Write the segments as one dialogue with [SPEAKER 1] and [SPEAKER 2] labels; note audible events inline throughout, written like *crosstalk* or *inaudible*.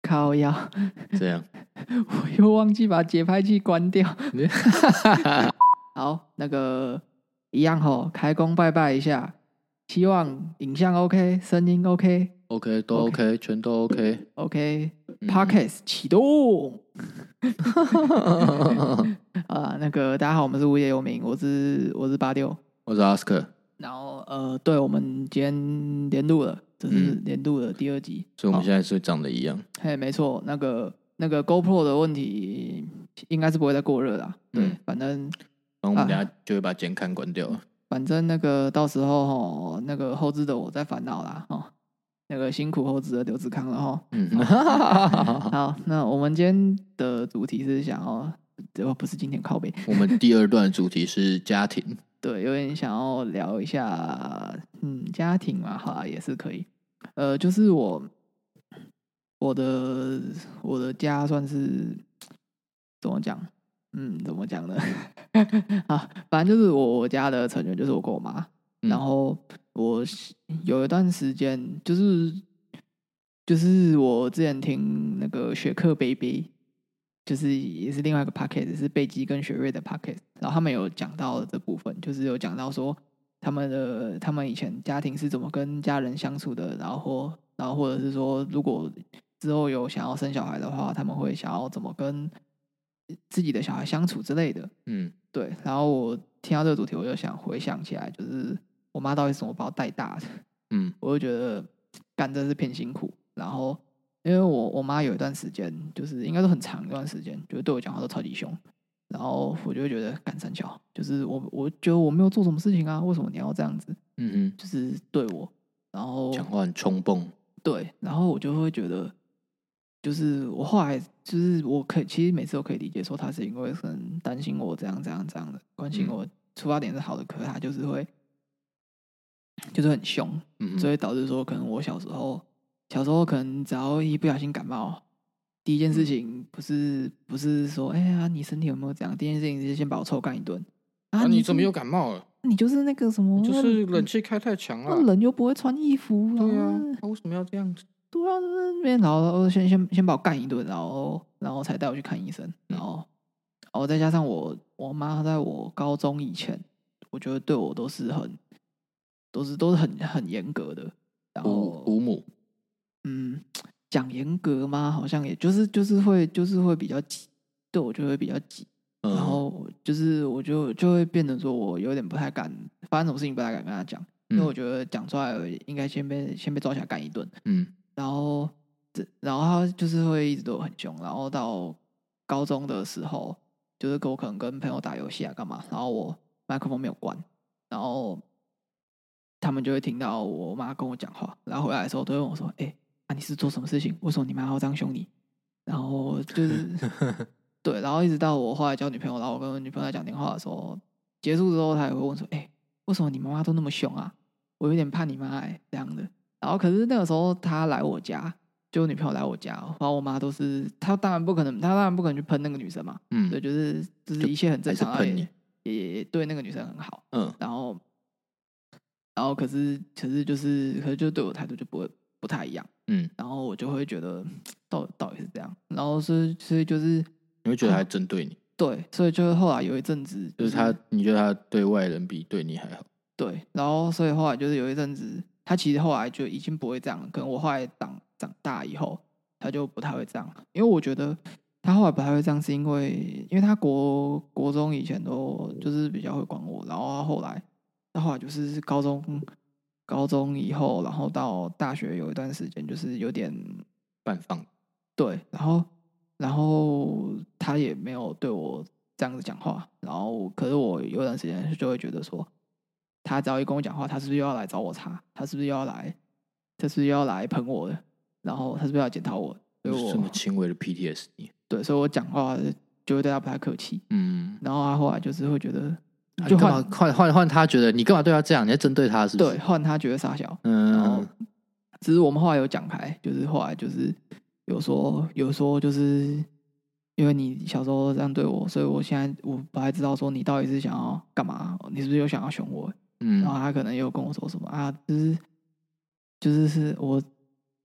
[SPEAKER 1] 靠腰， *laughs*
[SPEAKER 2] *laughs* 这样
[SPEAKER 1] 我又忘记把节拍器关
[SPEAKER 2] *laughs*
[SPEAKER 1] 掉。好，那个一样吼，开工拜拜一下，希望影像 OK，声音 OK，OK，Podcast、
[SPEAKER 2] OK 都 OK，, 全都 OK。嗯
[SPEAKER 1] Podcast 启
[SPEAKER 2] *laughs*
[SPEAKER 1] 动。啊，那个大家好，我们是无业游民，我是我是八六，
[SPEAKER 2] 我是 Asker，
[SPEAKER 1] 然后呃，对我们今天连录了，这是
[SPEAKER 2] 嗯
[SPEAKER 1] 连录的第二集，
[SPEAKER 2] 所以我
[SPEAKER 1] 好
[SPEAKER 2] 们现在是长得一样。
[SPEAKER 1] 嘿，没错，那个那个 GoPro 的问题应该是不会再过热啦。对，
[SPEAKER 2] 嗯
[SPEAKER 1] 反正
[SPEAKER 2] 然后我们等下
[SPEAKER 1] 啊
[SPEAKER 2] 就会把监看关掉了。
[SPEAKER 1] 反正那个到时候吼，那个后置的我在烦恼啦哈，那个辛苦后置的刘志康了哈。
[SPEAKER 2] 嗯，
[SPEAKER 1] *laughs* 好，那我们今天的主题是想要，呃，不是今天靠背，
[SPEAKER 2] 我们第二段主题是
[SPEAKER 1] *laughs*
[SPEAKER 2] 家庭，
[SPEAKER 1] 对，有点想要聊一下，嗯，家庭嘛，哈，也是可以。呃，就是我我的我的家算是怎么讲？嗯，怎么讲呢？ *laughs* 啊，反正就是我我家的成员就是我跟我妈，
[SPEAKER 2] 嗯
[SPEAKER 1] 然后我有一段时间就是就是我之前听那个雪克 baby，就是也是另外一个 pocket，是贝基跟雪瑞的 pocket，然后他们有讲到这部分，就是有讲到说他们的他们以前家庭是怎么跟家人相处的，然后或然后或者是说如果之后有想要生小孩的话，他们会想要怎么跟自己的小孩相处之类的。
[SPEAKER 2] 嗯
[SPEAKER 1] 对，然后我听到这个主题，我就想回想起来，就是我妈到底是怎么把我带大的。 *laughs*
[SPEAKER 2] 嗯
[SPEAKER 1] 我就觉得干真是偏辛苦。然后因为我我妈有一段时间，就是应该是很长一段时间，就是对我讲话都超级凶。然后我就会觉得干三小，就是我我觉得我没有做什么事情啊，为什么你要这样子，
[SPEAKER 2] 嗯
[SPEAKER 1] 就是对我？然后
[SPEAKER 2] 哼，讲话很冲动。
[SPEAKER 1] 对，然后我就会觉得，就是我后来就是我可以，其实每次都可以理解说他是因为可能担心我怎样怎样怎样的，关心
[SPEAKER 2] 嗯
[SPEAKER 1] 我出发点是好的，可是他就是会就是很凶，
[SPEAKER 2] 嗯
[SPEAKER 1] 所
[SPEAKER 2] 哼，
[SPEAKER 1] 以导致说，可能我小时候，小时候可能只要一不小心感冒，第一件
[SPEAKER 2] 嗯
[SPEAKER 1] 事情不是不是说，哎呀，你身体有没有怎样？第一件事情是先把我臭干一顿。
[SPEAKER 2] 啊，你怎么
[SPEAKER 1] 就
[SPEAKER 2] 又感冒了？
[SPEAKER 1] 你就是那个什么，
[SPEAKER 2] 就是冷气开太强
[SPEAKER 1] 那
[SPEAKER 2] 了。
[SPEAKER 1] 人又不会穿衣服，然
[SPEAKER 2] 对啊
[SPEAKER 1] 后，
[SPEAKER 2] 他为什么要这样子？
[SPEAKER 1] 对啊，那边然后先先先把我干一顿，然后然后才带我去看医生，然
[SPEAKER 2] 嗯
[SPEAKER 1] 后然后再加上我我妈在我高中以前，我觉得对我都是很都是都是很很严格的，然后
[SPEAKER 2] 五五母，
[SPEAKER 1] 嗯，讲严格吗？好像也就是就是会就是会比较急，对我就会比较急，
[SPEAKER 2] 嗯
[SPEAKER 1] 然后就是我就就会变成说我有点不太敢，发生什么事情不太敢跟他讲，因为
[SPEAKER 2] 嗯
[SPEAKER 1] 我觉得讲出来应该先被先被抓起来干一顿，
[SPEAKER 2] 嗯
[SPEAKER 1] 然后这然后他就是会一直对我很凶，然后到高中的时候，就是跟我可能跟朋友打游戏啊干嘛，然后我麦克风没有关，然后他们就会听到我妈跟我讲话，然后回来的时候都会问我说：“哎、啊你是做什么事情？为什么你妈要这样凶你？”然后就是对，然后一直到我后来交女朋友，然后我跟我女朋友在讲电话的时候，结束之后，她也会问说：“哎、为什么你妈妈都那么凶啊？我有点怕你妈、欸、这样的。”然后可是那个时候她来我家，就我女朋友来我家，然后我妈都是她当然不可能，她当然不可能去喷那个女生嘛，对，
[SPEAKER 2] 嗯
[SPEAKER 1] 就是就是
[SPEAKER 2] 就
[SPEAKER 1] 一切很正
[SPEAKER 2] 还是
[SPEAKER 1] 常，然后
[SPEAKER 2] 喷
[SPEAKER 1] 也
[SPEAKER 2] 你
[SPEAKER 1] 也也对那个女生很好。
[SPEAKER 2] 嗯
[SPEAKER 1] 然后，然后可是可是就是可是就对我态度就不会不太一样，
[SPEAKER 2] 嗯，
[SPEAKER 1] 然后我就会觉得到到底是这样，然后所以所以就是
[SPEAKER 2] 你会觉得他针对你，
[SPEAKER 1] 对，所以就是后来有一阵子
[SPEAKER 2] 就是他，
[SPEAKER 1] 嗯
[SPEAKER 2] 你觉得他对外人比对你还好？
[SPEAKER 1] 对，然后所以后来就是有一阵子，他其实后来就已经不会这样了，可能我后来长长大以后，他就不太会这样了，因为我觉得。他后来不太会这样，是因为因为他国国中以前都就是比较会管我，然后他后来到后来就是高中，高中以后，然后到大学有一段时间，就是有点
[SPEAKER 2] 半放，
[SPEAKER 1] 对，然后然后他也没有对我这样子讲话，然后可是我有段时间就会觉得说，他只要一跟我讲话，他是不是又要来找我茬？他是不是又要来？他是不是又要来喷我的？然后他是不是要来检讨我？所以
[SPEAKER 2] 这么
[SPEAKER 1] 我
[SPEAKER 2] 轻微的 PTSD。
[SPEAKER 1] 对，所以我讲话就会对他不太客气。
[SPEAKER 2] 嗯，
[SPEAKER 1] 然后他后来就是会觉得，
[SPEAKER 2] 啊
[SPEAKER 1] 就
[SPEAKER 2] 你干
[SPEAKER 1] 换
[SPEAKER 2] 嘛换换换他觉得你干嘛对他这样？你在针对他是不是？
[SPEAKER 1] 对，，换他觉得傻小，然后
[SPEAKER 2] 嗯，
[SPEAKER 1] 只是我们后来有讲开，就是后来就是有说有说就是因为你小时候这样对我，所以我现在我不太知道说你到底是想要干嘛，你是不是有想要凶我？然后
[SPEAKER 2] 嗯
[SPEAKER 1] 他可能又跟我说什么啊，就是就是是我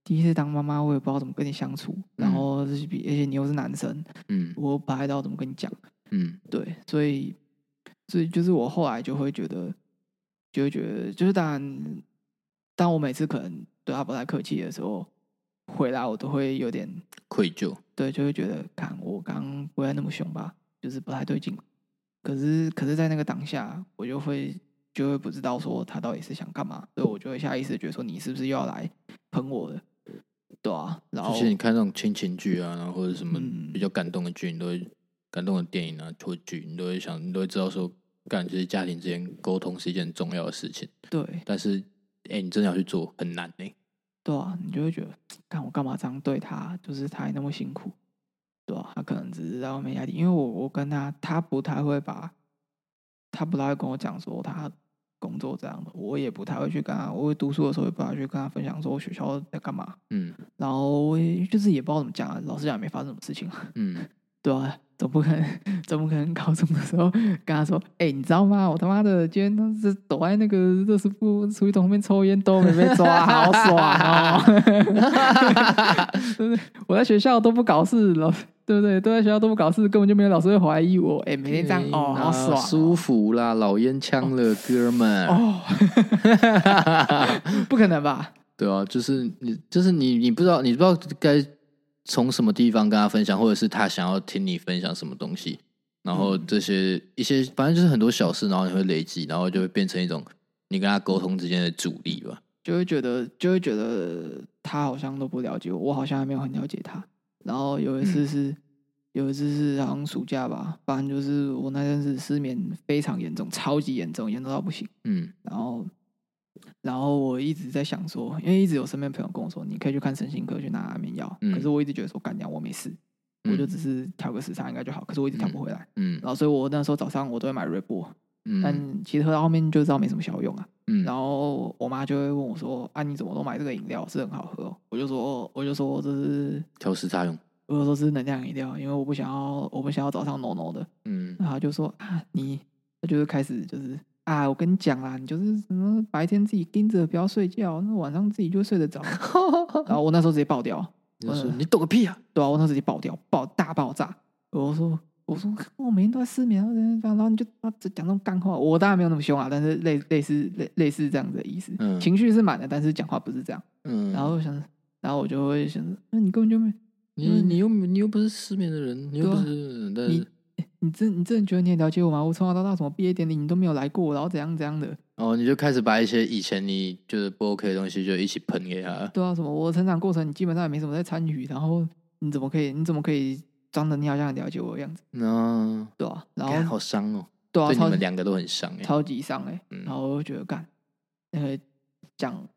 [SPEAKER 1] 第一次当妈妈，我也不知道怎么跟你相处，然后就是比，而且你又是男生，
[SPEAKER 2] 嗯
[SPEAKER 1] 我又不太知道怎么跟你讲。
[SPEAKER 2] 嗯
[SPEAKER 1] 对，所以所以就是我后来就会觉得，就会觉得，就是当然，当我每次可能对他不太客气的时候，回来我都会有点
[SPEAKER 2] 愧疚，
[SPEAKER 1] 对，就会觉得，看我刚刚不会那么凶吧，就是不太对劲。可是可是，在那个当下，我就会就会不知道说他到底是想干嘛，所以我就会下意识地觉得说你是不是又要来喷我了，对啊，然后
[SPEAKER 2] 就是你看那种亲情剧啊，然后或者什么
[SPEAKER 1] 嗯
[SPEAKER 2] 比较感动的剧，你都会感动的电影啊或剧，你都会想，你都会知道说，干就是家庭之间沟通是一件很重要的事情，
[SPEAKER 1] 对
[SPEAKER 2] 但是哎、你真的要去做很难欸呢、
[SPEAKER 1] 对啊，你就会觉得，看我干嘛这样对他？就是他还那么辛苦，对啊，他可能只是在外面压力，因为我我跟他，他不太会把，他不太会跟我讲说他工作这样的，我也不太会去跟他，我读书的时候也不太会去跟他分享说我学校在干嘛，
[SPEAKER 2] 嗯
[SPEAKER 1] 然后我也就是也不知道怎么讲啊，老实讲也没发生什么事情啊，
[SPEAKER 2] 嗯，
[SPEAKER 1] 对啊，总不可能总不可能高中的时候跟他说，哎、你知道吗？我他妈的今天是躲在那个热水布水桶后面抽烟都没被抓，好爽哦！ *laughs* 对不对？我在学校都不搞事，老师对不对？都在学校都不搞事，根本就没有老师会怀疑我。哎、每天这样哦，好爽哦、
[SPEAKER 2] 舒服啦，老烟枪了，哥们。 *laughs*
[SPEAKER 1] 哦，不可能吧？
[SPEAKER 2] 对啊，就是你，就是你，你不知道，你不知道该从什么地方跟他分享，或者是他想要听你分享什么东西，然后
[SPEAKER 1] 嗯
[SPEAKER 2] 这些一些，反正就是很多小事，然后你会累积，然后就会变成一种你跟他沟通之间的阻力吧。
[SPEAKER 1] 就会觉得就会觉得他好像都不了解我，我好像还没有很了解他。然后有一次
[SPEAKER 2] 嗯
[SPEAKER 1] 是、有一次是好像暑假吧，反正就是我那阵子失眠非常严重，超级严重，严重到不行。
[SPEAKER 2] 嗯
[SPEAKER 1] 然后然后我一直在想说，因为一直有身边朋友跟我说，你可以去看神经科去拿安眠药，
[SPEAKER 2] 嗯
[SPEAKER 1] 可是我一直觉得说干掉我没事，
[SPEAKER 2] 嗯
[SPEAKER 1] 我就只是调个时差应该就好，可是我一直调不回来。
[SPEAKER 2] 嗯
[SPEAKER 1] 然后所以我那时候早上我都会买瑞波，
[SPEAKER 2] 嗯
[SPEAKER 1] 但其实喝到后面就知道没什么效用啊。
[SPEAKER 2] 嗯，
[SPEAKER 1] 然后我妈就会问我说：“啊，你怎么都买这个饮料？是很好喝、哦？”我就说：“我就说这是，
[SPEAKER 2] 调时差用。
[SPEAKER 1] 我就说这是能量饮料，因为我不想要，我不想要早上 no no 的。”
[SPEAKER 2] 嗯
[SPEAKER 1] 然后她就说：“啊，你，她就是开始就是啊，我跟你讲啦，你就是什么白天自己盯着不要睡觉，那晚上自己就会睡得着。”然后我那时候直接爆掉，
[SPEAKER 2] 你就说你懂个屁啊！
[SPEAKER 1] 对啊，我那时候直接爆掉，爆大爆炸。我说：“我说我每天都在失眠，然后你就啊讲那种干话，我当然没有那么凶啊，但是类类似类类似这样子的意思，
[SPEAKER 2] 嗯
[SPEAKER 1] 情绪是满的，但是讲话不是这样。”
[SPEAKER 2] 嗯，
[SPEAKER 1] 然后我想，然后我就会想，那你根本就没
[SPEAKER 2] 你你又你又不是失眠的人，你又不是，但
[SPEAKER 1] 啊你
[SPEAKER 2] 是
[SPEAKER 1] 你真你真的觉得你很了解我吗？我从小到大什么毕业典礼你都没有来过，然后怎样怎样的，
[SPEAKER 2] 哦，你就开始把一些以前你觉得不 OK 的东西就一起喷给他。
[SPEAKER 1] 对啊，什么我的成长过程你基本上也没什么在参与，然后你怎么可以你怎么可以装的你好像很了解我的样子，
[SPEAKER 2] 那
[SPEAKER 1] 对啊，
[SPEAKER 2] 干
[SPEAKER 1] 然后
[SPEAKER 2] 好伤哦，
[SPEAKER 1] 对啊，
[SPEAKER 2] 对你
[SPEAKER 1] 超
[SPEAKER 2] 们两个都很伤哎。
[SPEAKER 1] 超级伤哎、
[SPEAKER 2] 嗯
[SPEAKER 1] 然后我就觉得干，那个讲，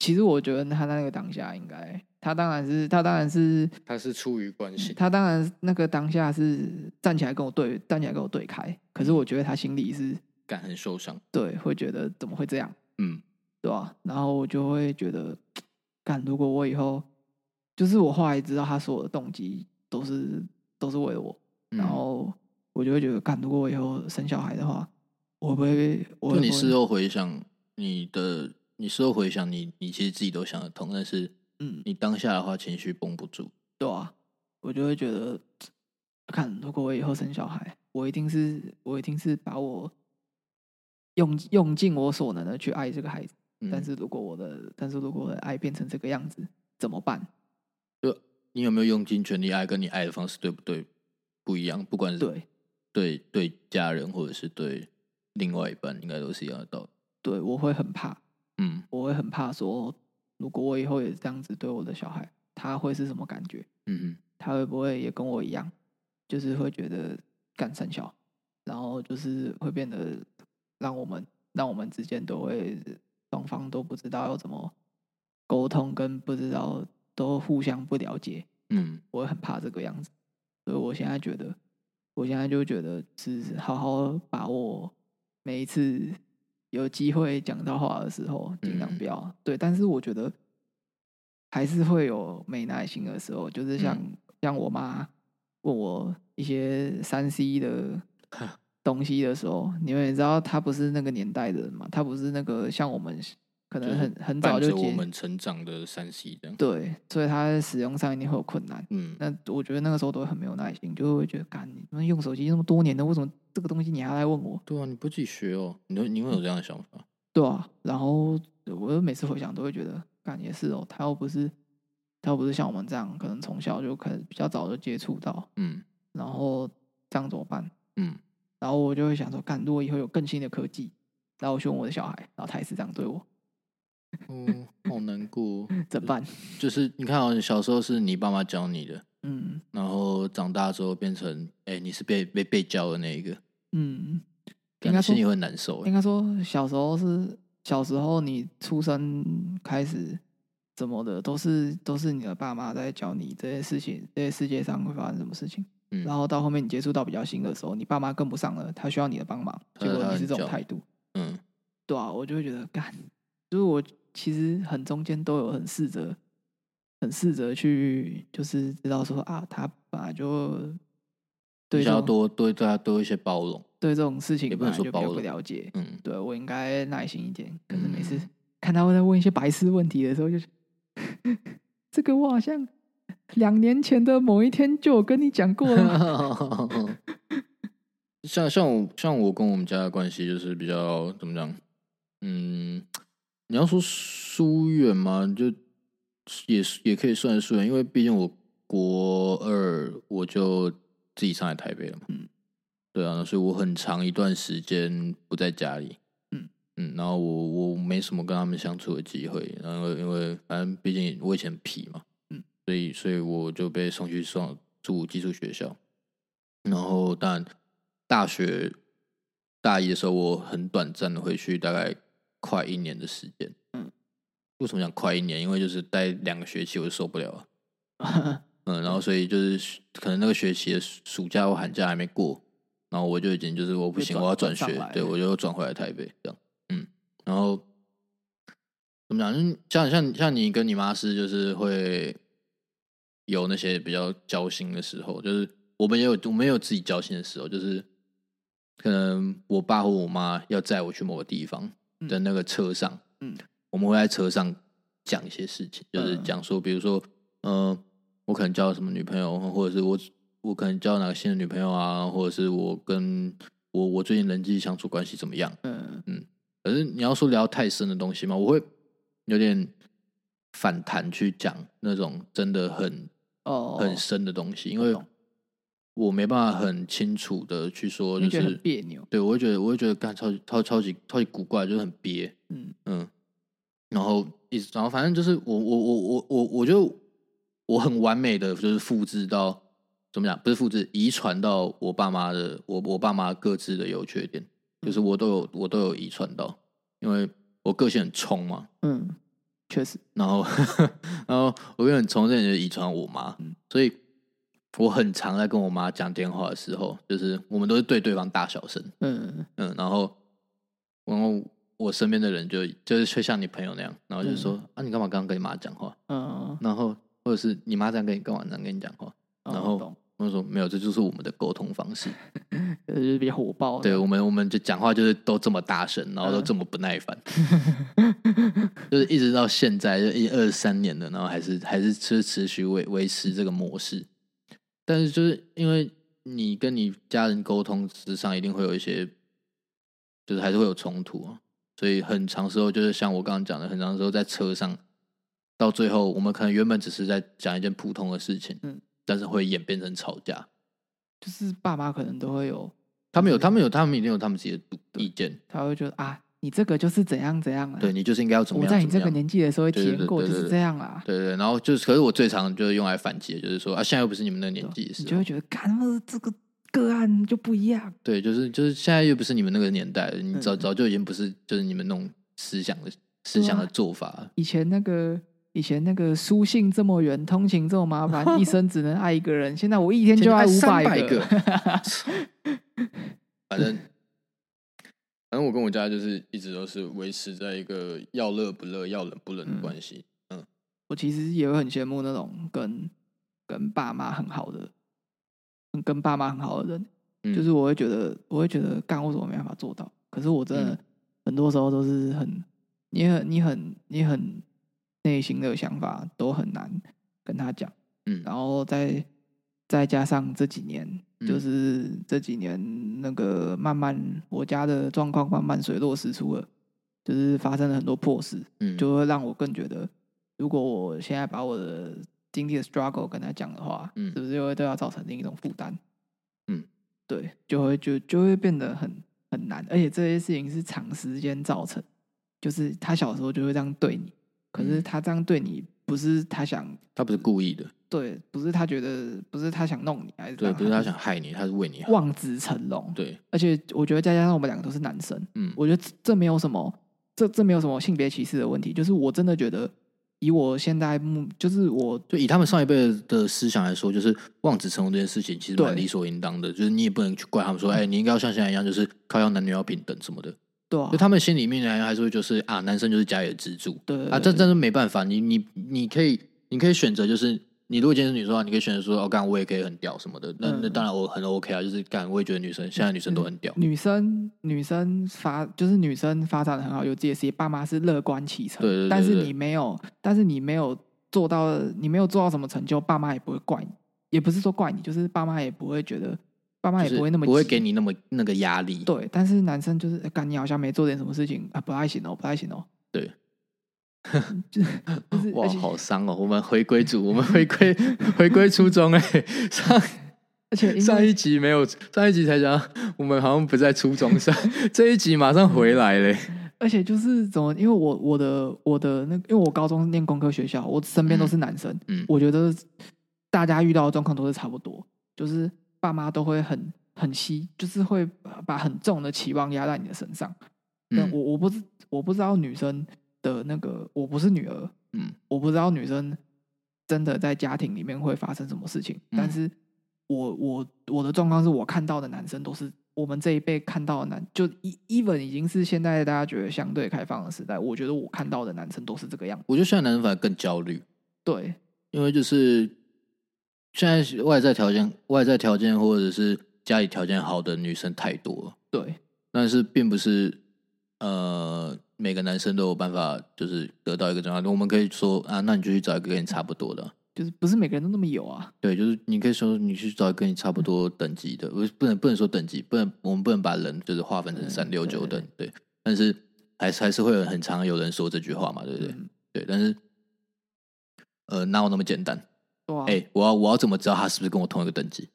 [SPEAKER 1] 其实我觉得他在那个当下应该，他当然是他当然是
[SPEAKER 2] 他是出于关心，
[SPEAKER 1] 他当然那个当下是站起来跟我对站起来跟我对开，可是我觉得他心里是。
[SPEAKER 2] 感很受伤。
[SPEAKER 1] 对，会觉得怎么会这样，
[SPEAKER 2] 嗯
[SPEAKER 1] 对吧、然后我就会觉得，干，如果我以后，就是我后来知道他所有的动机都是都是为了我，
[SPEAKER 2] 嗯
[SPEAKER 1] 然后我就会觉得，干，如果我以后生小孩的话，我会不会，我会
[SPEAKER 2] 就你
[SPEAKER 1] 不会
[SPEAKER 2] 事后回想你的，你事后回想你，你其实自己都想得通，但是
[SPEAKER 1] 嗯，
[SPEAKER 2] 你当下的话情绪绷不住。
[SPEAKER 1] 对啊，我就会觉得，看，如果我以后生小孩，我一定是我一定是把我用用尽我所能的去爱这个孩子，
[SPEAKER 2] 嗯
[SPEAKER 1] 但是如果我的，但是如果我的爱变成这个样子，怎么办？
[SPEAKER 2] 你有没有用尽全力爱，跟你爱的方式对不对？不一样，不管是
[SPEAKER 1] 对。
[SPEAKER 2] 对对家人或者是对另外一半，应该都是一样的道理。
[SPEAKER 1] 对我会很怕，
[SPEAKER 2] 嗯
[SPEAKER 1] 我会很怕说，如果我以后也这样子对我的小孩，他会是什么感觉？
[SPEAKER 2] 嗯哼
[SPEAKER 1] 他会不会也跟我一样，就是会觉得干三小，然后就是会变得让我们让我们之间都会双方都不知道要怎么沟通，跟不知道都互相不了解，
[SPEAKER 2] 嗯
[SPEAKER 1] 我会很怕这个样子，所以我现在觉得，我现在就觉得是好好把握每一次有机会讲到话的时候，尽量
[SPEAKER 2] 嗯
[SPEAKER 1] 不要、对。但是我觉得还是会有没耐心的时候，就是像、
[SPEAKER 2] 嗯
[SPEAKER 1] 像我妈问我一些三 C
[SPEAKER 2] *laughs*
[SPEAKER 1] 的东西的时候，你们也知道她不是那个年代的人嘛，她不是那个像我们可
[SPEAKER 2] 就
[SPEAKER 1] 能
[SPEAKER 2] 是
[SPEAKER 1] 很很早
[SPEAKER 2] 伴
[SPEAKER 1] 就
[SPEAKER 2] 着我
[SPEAKER 1] 接，
[SPEAKER 2] 们成长的山西这样。
[SPEAKER 1] 对，所以他在使用上一定会有困难。
[SPEAKER 2] 嗯，
[SPEAKER 1] 那我觉得那个时候都会很没有耐心，就会觉得，干你们用手机那么多年了，为什么这个东西你还来问我？
[SPEAKER 2] 对啊，你不自己学哦，你会你会有这样的想法？
[SPEAKER 1] 对啊，然后我每次回想都会觉得，干也是哦，他又不是他又不是像我们这样，可能从小就可能比较早就接触到，
[SPEAKER 2] 嗯
[SPEAKER 1] 然后这样怎么办？
[SPEAKER 2] 嗯，
[SPEAKER 1] 然后我就会想说，干如果以后有更新的科技，然后我去问我的小孩，然后他也是这样对我，
[SPEAKER 2] 哦，好难过哦。
[SPEAKER 1] *laughs* 怎么办？
[SPEAKER 2] 就是你看哦，你小时候是你爸妈教你的，
[SPEAKER 1] 嗯
[SPEAKER 2] 然后长大之后变成，哎、你是被被被教的那一个，
[SPEAKER 1] 嗯，应
[SPEAKER 2] 感
[SPEAKER 1] 该说
[SPEAKER 2] 觉心里会很难受
[SPEAKER 1] 应
[SPEAKER 2] 哎。
[SPEAKER 1] 该说小时候是小时候你出生开始怎么的，都是都是你的爸妈在教你这些事情，这些世界上会发生什么事情。
[SPEAKER 2] 嗯
[SPEAKER 1] 然后到后面你接触到比较新的时候，你爸妈跟不上了，他需要你的帮忙，
[SPEAKER 2] 他
[SPEAKER 1] 结果你
[SPEAKER 2] 他啊很
[SPEAKER 1] 是这种
[SPEAKER 2] 教
[SPEAKER 1] 态度，
[SPEAKER 2] 嗯
[SPEAKER 1] 对啊，我就会觉得干，就是我其实很中间都有很试着，很试着去就是知道说啊，他本来就对
[SPEAKER 2] 比
[SPEAKER 1] 这
[SPEAKER 2] 较
[SPEAKER 1] 种
[SPEAKER 2] 多对大家多一些包容。
[SPEAKER 1] 对这种事情
[SPEAKER 2] 也不
[SPEAKER 1] 本来
[SPEAKER 2] 能说
[SPEAKER 1] 就比较
[SPEAKER 2] 包
[SPEAKER 1] 不
[SPEAKER 2] 容
[SPEAKER 1] 了解，
[SPEAKER 2] 嗯，
[SPEAKER 1] 对我应该耐心一点。可是每次
[SPEAKER 2] 嗯
[SPEAKER 1] 看他们在问一些白痴问题的时候，就是 *laughs* 这个我好像两年前的某一天就有跟你讲过
[SPEAKER 2] *laughs*
[SPEAKER 1] 了。
[SPEAKER 2] 像像我像我跟我们家的关系就是比较怎么讲，嗯，你要说疏远嘛，就也是也可以算疏远，因为毕竟我国二我就自己上来台北了嘛，
[SPEAKER 1] 嗯，
[SPEAKER 2] 对啊，所以我很长一段时间不在家里，
[SPEAKER 1] 嗯
[SPEAKER 2] 嗯，然后我我没什么跟他们相处的机会，然后因为反正毕竟我以前皮嘛，
[SPEAKER 1] 嗯，
[SPEAKER 2] 所以所以我就被送去上住寄宿学校，然后但大学大一的时候，我很短暂的回去，大概快一年的时间。
[SPEAKER 1] 嗯，
[SPEAKER 2] 为什么讲快一年？因为就是待两个学期我就受不了了。嗯，然后所以就是可能那个学期的暑假或寒假还没过，然后我就已经就是我不
[SPEAKER 1] 就
[SPEAKER 2] 行，
[SPEAKER 1] 转
[SPEAKER 2] 我要转
[SPEAKER 1] 转上
[SPEAKER 2] 学
[SPEAKER 1] 来，
[SPEAKER 2] 对
[SPEAKER 1] 了
[SPEAKER 2] 我就转回来台北这样。嗯，然后怎么讲？嗯像像像你跟你妈是就是会有那些比较交心的时候，就是我们也有我们也有自己交心的时候，就是可能我爸或我妈要载我去某个地方
[SPEAKER 1] 嗯
[SPEAKER 2] 的那个车上，
[SPEAKER 1] 嗯，
[SPEAKER 2] 我们会在车上讲一些事情，就是
[SPEAKER 1] 嗯
[SPEAKER 2] 讲说，比如说，嗯，我可能交了什么女朋友，或者是我我可能交了哪个新的女朋友啊，或者是我跟我我最近人际相处关系怎么样，
[SPEAKER 1] 嗯
[SPEAKER 2] 可是你要说聊太深的东西嘛，我会有点反弹去讲那种真的很
[SPEAKER 1] 哦，
[SPEAKER 2] 很深的东西，因
[SPEAKER 1] 我
[SPEAKER 2] 为
[SPEAKER 1] 懂
[SPEAKER 2] 我没办法很清楚的去说，
[SPEAKER 1] 你
[SPEAKER 2] 就
[SPEAKER 1] 觉得很
[SPEAKER 2] 是
[SPEAKER 1] 别扭。
[SPEAKER 2] 对我会觉得我会觉得干超级超超级超级古怪，就是很憋，
[SPEAKER 1] 嗯
[SPEAKER 2] 嗯，然后一直然后反正就是我我我我我我就我很完美的就是复制到怎么讲，不是复制遗传到我爸妈的我我爸妈各自的优缺点，就是我都有我都有遗传到，因为我个性很冲嘛，
[SPEAKER 1] 嗯，确实，
[SPEAKER 2] 然后 *laughs* 然后我又很从这点就遗传我妈，
[SPEAKER 1] 嗯
[SPEAKER 2] 所以我很常在跟我妈讲电话的时候，就是我们都是对对方大小声，
[SPEAKER 1] 嗯
[SPEAKER 2] 嗯，然后然后我身边的人就就是就像你朋友那样，然后就说、啊你干嘛刚刚跟你妈讲话，
[SPEAKER 1] 嗯，
[SPEAKER 2] 然后或者是你妈这样跟你干嘛这样跟你讲话，
[SPEAKER 1] 哦
[SPEAKER 2] 然
[SPEAKER 1] 我
[SPEAKER 2] 后
[SPEAKER 1] 懂
[SPEAKER 2] 我就说没有，这就是我们的沟通方式，
[SPEAKER 1] 呃就是比较火爆的。
[SPEAKER 2] 对我们我们就讲话就是都这么大声，然后都
[SPEAKER 1] 嗯
[SPEAKER 2] 这么不耐烦， *laughs* 就是一直到现在就一二三年了，然后还是还是持持续维维持这个模式。但是就是因为你跟你家人沟通之上，一定会有一些，就是还是会有冲突啊。所以很长时候就是像我刚刚讲的，很长时候在车上，到最后我们可能原本只是在讲一件普通的事情，
[SPEAKER 1] 嗯
[SPEAKER 2] 但是会演变成吵架。
[SPEAKER 1] 就是爸妈可能都会有，
[SPEAKER 2] 他们有，他们有，他们一定有他们自己的意见。
[SPEAKER 1] 他会觉得啊，你这个就是怎样怎样了。
[SPEAKER 2] 对，你就是应该要怎么
[SPEAKER 1] 我
[SPEAKER 2] 样？
[SPEAKER 1] 在你
[SPEAKER 2] 怎么
[SPEAKER 1] 这个
[SPEAKER 2] 样
[SPEAKER 1] 年纪的时候体
[SPEAKER 2] 对对
[SPEAKER 1] 验
[SPEAKER 2] 对
[SPEAKER 1] 过，
[SPEAKER 2] 对
[SPEAKER 1] 就是
[SPEAKER 2] 对
[SPEAKER 1] 这样啦。
[SPEAKER 2] 对对，然后就是，可是我最常就是用来反击，就是说啊，现在又不是你们哦那个年纪的
[SPEAKER 1] 你
[SPEAKER 2] 时
[SPEAKER 1] 就
[SPEAKER 2] 候
[SPEAKER 1] 会，觉得，干他妈的这个个案就不一样。
[SPEAKER 2] 对，就是就是现在又不是你们那个年代了，你早
[SPEAKER 1] 嗯
[SPEAKER 2] 早就已经不是就是你们那种思想的思
[SPEAKER 1] 对
[SPEAKER 2] 想的
[SPEAKER 1] 啊
[SPEAKER 2] 做法了，
[SPEAKER 1] 以前那个以前那个书信这么远，通勤这么麻烦，一生只能爱一个人。现在我
[SPEAKER 2] *laughs*
[SPEAKER 1] 一天就
[SPEAKER 2] 爱
[SPEAKER 1] 五
[SPEAKER 2] 啊百
[SPEAKER 1] *laughs* 个。
[SPEAKER 2] 个，反正反正我跟我家就是一直都是维持在一个要热不热、要冷不冷的
[SPEAKER 1] 嗯
[SPEAKER 2] 关系。
[SPEAKER 1] 我其实也会很羡慕那种跟跟爸妈很好的，跟爸妈很好的人。
[SPEAKER 2] 嗯，
[SPEAKER 1] 就是我会觉得，我会觉得干为什么没办法做到？可是我真的、
[SPEAKER 2] 嗯
[SPEAKER 1] 很多时候都是很你很你很你很内心的想法都很难跟他讲，
[SPEAKER 2] 嗯
[SPEAKER 1] 然后再再加上这几年，
[SPEAKER 2] 嗯
[SPEAKER 1] 就是这几年那个慢慢我家的状况慢慢水落石出了，就是发生了很多破事，
[SPEAKER 2] 嗯，
[SPEAKER 1] 就会让我更觉得，如果我现在把我的经历的 struggle 跟他讲的话，
[SPEAKER 2] 嗯
[SPEAKER 1] 是不是又会对他造成另一种负担？
[SPEAKER 2] 嗯，
[SPEAKER 1] 对，就会就就会变得很很难，而且这些事情是长时间造成，就是他小时候就会这样对你，可是
[SPEAKER 2] 嗯
[SPEAKER 1] 他这样对你不是他想
[SPEAKER 2] 他不是故意的，
[SPEAKER 1] 对，不是他觉得不是他想弄你，还是
[SPEAKER 2] 对，
[SPEAKER 1] 怎样
[SPEAKER 2] 不是他想害你，他是为你好，
[SPEAKER 1] 望子成龙，
[SPEAKER 2] 对，
[SPEAKER 1] 而且我觉得再加上我们两个都是男生，
[SPEAKER 2] 嗯
[SPEAKER 1] 我觉得这这没有什么，这这没有什么性别歧视的问题，就是我真的觉得，以我现在目，就是我
[SPEAKER 2] 就以他们上一辈的思想来说，就是望子成龙这件事情其实蛮
[SPEAKER 1] 对嗯
[SPEAKER 2] 理所应当的，就是你也不能去怪他们说，哎、你应该要像现在一样，就是靠要男女要平等什么的。
[SPEAKER 1] 对啊
[SPEAKER 2] 就，他们心里面呢，还是会就是啊，男生就是家里的支柱，
[SPEAKER 1] 对对
[SPEAKER 2] 啊，这真是没办法，你你你可以你可以选择，就是你如果今天是女生的话，你可以选择说，哦，干我也可以很屌什么的，那那
[SPEAKER 1] 嗯
[SPEAKER 2] 当然我很 OK 啊，就是干我也觉得女生现在女生都很屌，
[SPEAKER 1] 女生女生发就是女生发展的很好，有自己的事业，爸妈是乐观其成，
[SPEAKER 2] 对对对
[SPEAKER 1] 但
[SPEAKER 2] 对
[SPEAKER 1] 是你没有，但是你没有做到，你没有做到什么成就，爸妈也不会怪你，也不是说怪你，就是爸妈也不会觉得，爸妈也
[SPEAKER 2] 就是
[SPEAKER 1] 不会那么
[SPEAKER 2] 不会
[SPEAKER 1] 急
[SPEAKER 2] 给你那么那个压力，
[SPEAKER 1] 对，但是男生就是，呃干、你好像没做点什么事情啊，不太行哦，不太行哦。
[SPEAKER 2] 对
[SPEAKER 1] 嗯，就是就是
[SPEAKER 2] 哇
[SPEAKER 1] 而，且
[SPEAKER 2] 好伤哦！我们回归主，我们回归 *laughs* 回归初衷哎、 *laughs* 上
[SPEAKER 1] 而且因
[SPEAKER 2] *laughs* 上
[SPEAKER 1] 为
[SPEAKER 2] 一集没有，上一集才讲我们好像不在初衷上， *laughs* 这一集马上回来嘞、
[SPEAKER 1] 而且就是怎么，因为我我的我的那个，因为我高中念工科学校，我身边都是男生，
[SPEAKER 2] 嗯
[SPEAKER 1] 我觉得大家遇到的状况都是差不多，就是爸妈都会很很稀，就是会把很重的期望压在你的身上。但
[SPEAKER 2] 嗯
[SPEAKER 1] 我我不知我不知道女生的那个，我不是女儿，
[SPEAKER 2] 嗯，
[SPEAKER 1] 我不知道女生真的在家庭里面会发生什么事情，
[SPEAKER 2] 嗯
[SPEAKER 1] 但是我我我的状况是我看到的男生都是我们这一辈看到的男，就 e- even 已经是现在大家觉得相对开放的时代，我觉得我看到的男生都是这个样子。
[SPEAKER 2] 我觉得现在男人反而更焦虑，
[SPEAKER 1] 对，
[SPEAKER 2] 因为就是现在外在条件、外在条件或者是家里条件好的女生太多了，
[SPEAKER 1] 对，
[SPEAKER 2] 但是并不是呃每个男生都有办法就是得到一个这样。我们可以说啊，那你就去找一个跟你差不多的啊、
[SPEAKER 1] 就是不是每个人都那么有啊。
[SPEAKER 2] 对，就是你可以说你去找一个跟你差不多等级的，不是不能不能说等级，不能我们不能把人就是划分成
[SPEAKER 1] 嗯
[SPEAKER 2] 三六九
[SPEAKER 1] 对
[SPEAKER 2] 等，对，但是还是还是会有很常有人说这句话嘛，对不对？
[SPEAKER 1] 嗯
[SPEAKER 2] 对，但是呃哪有那么简单？
[SPEAKER 1] 对啊，
[SPEAKER 2] 哎、我要我要怎么知道他是不是跟我同一个等级？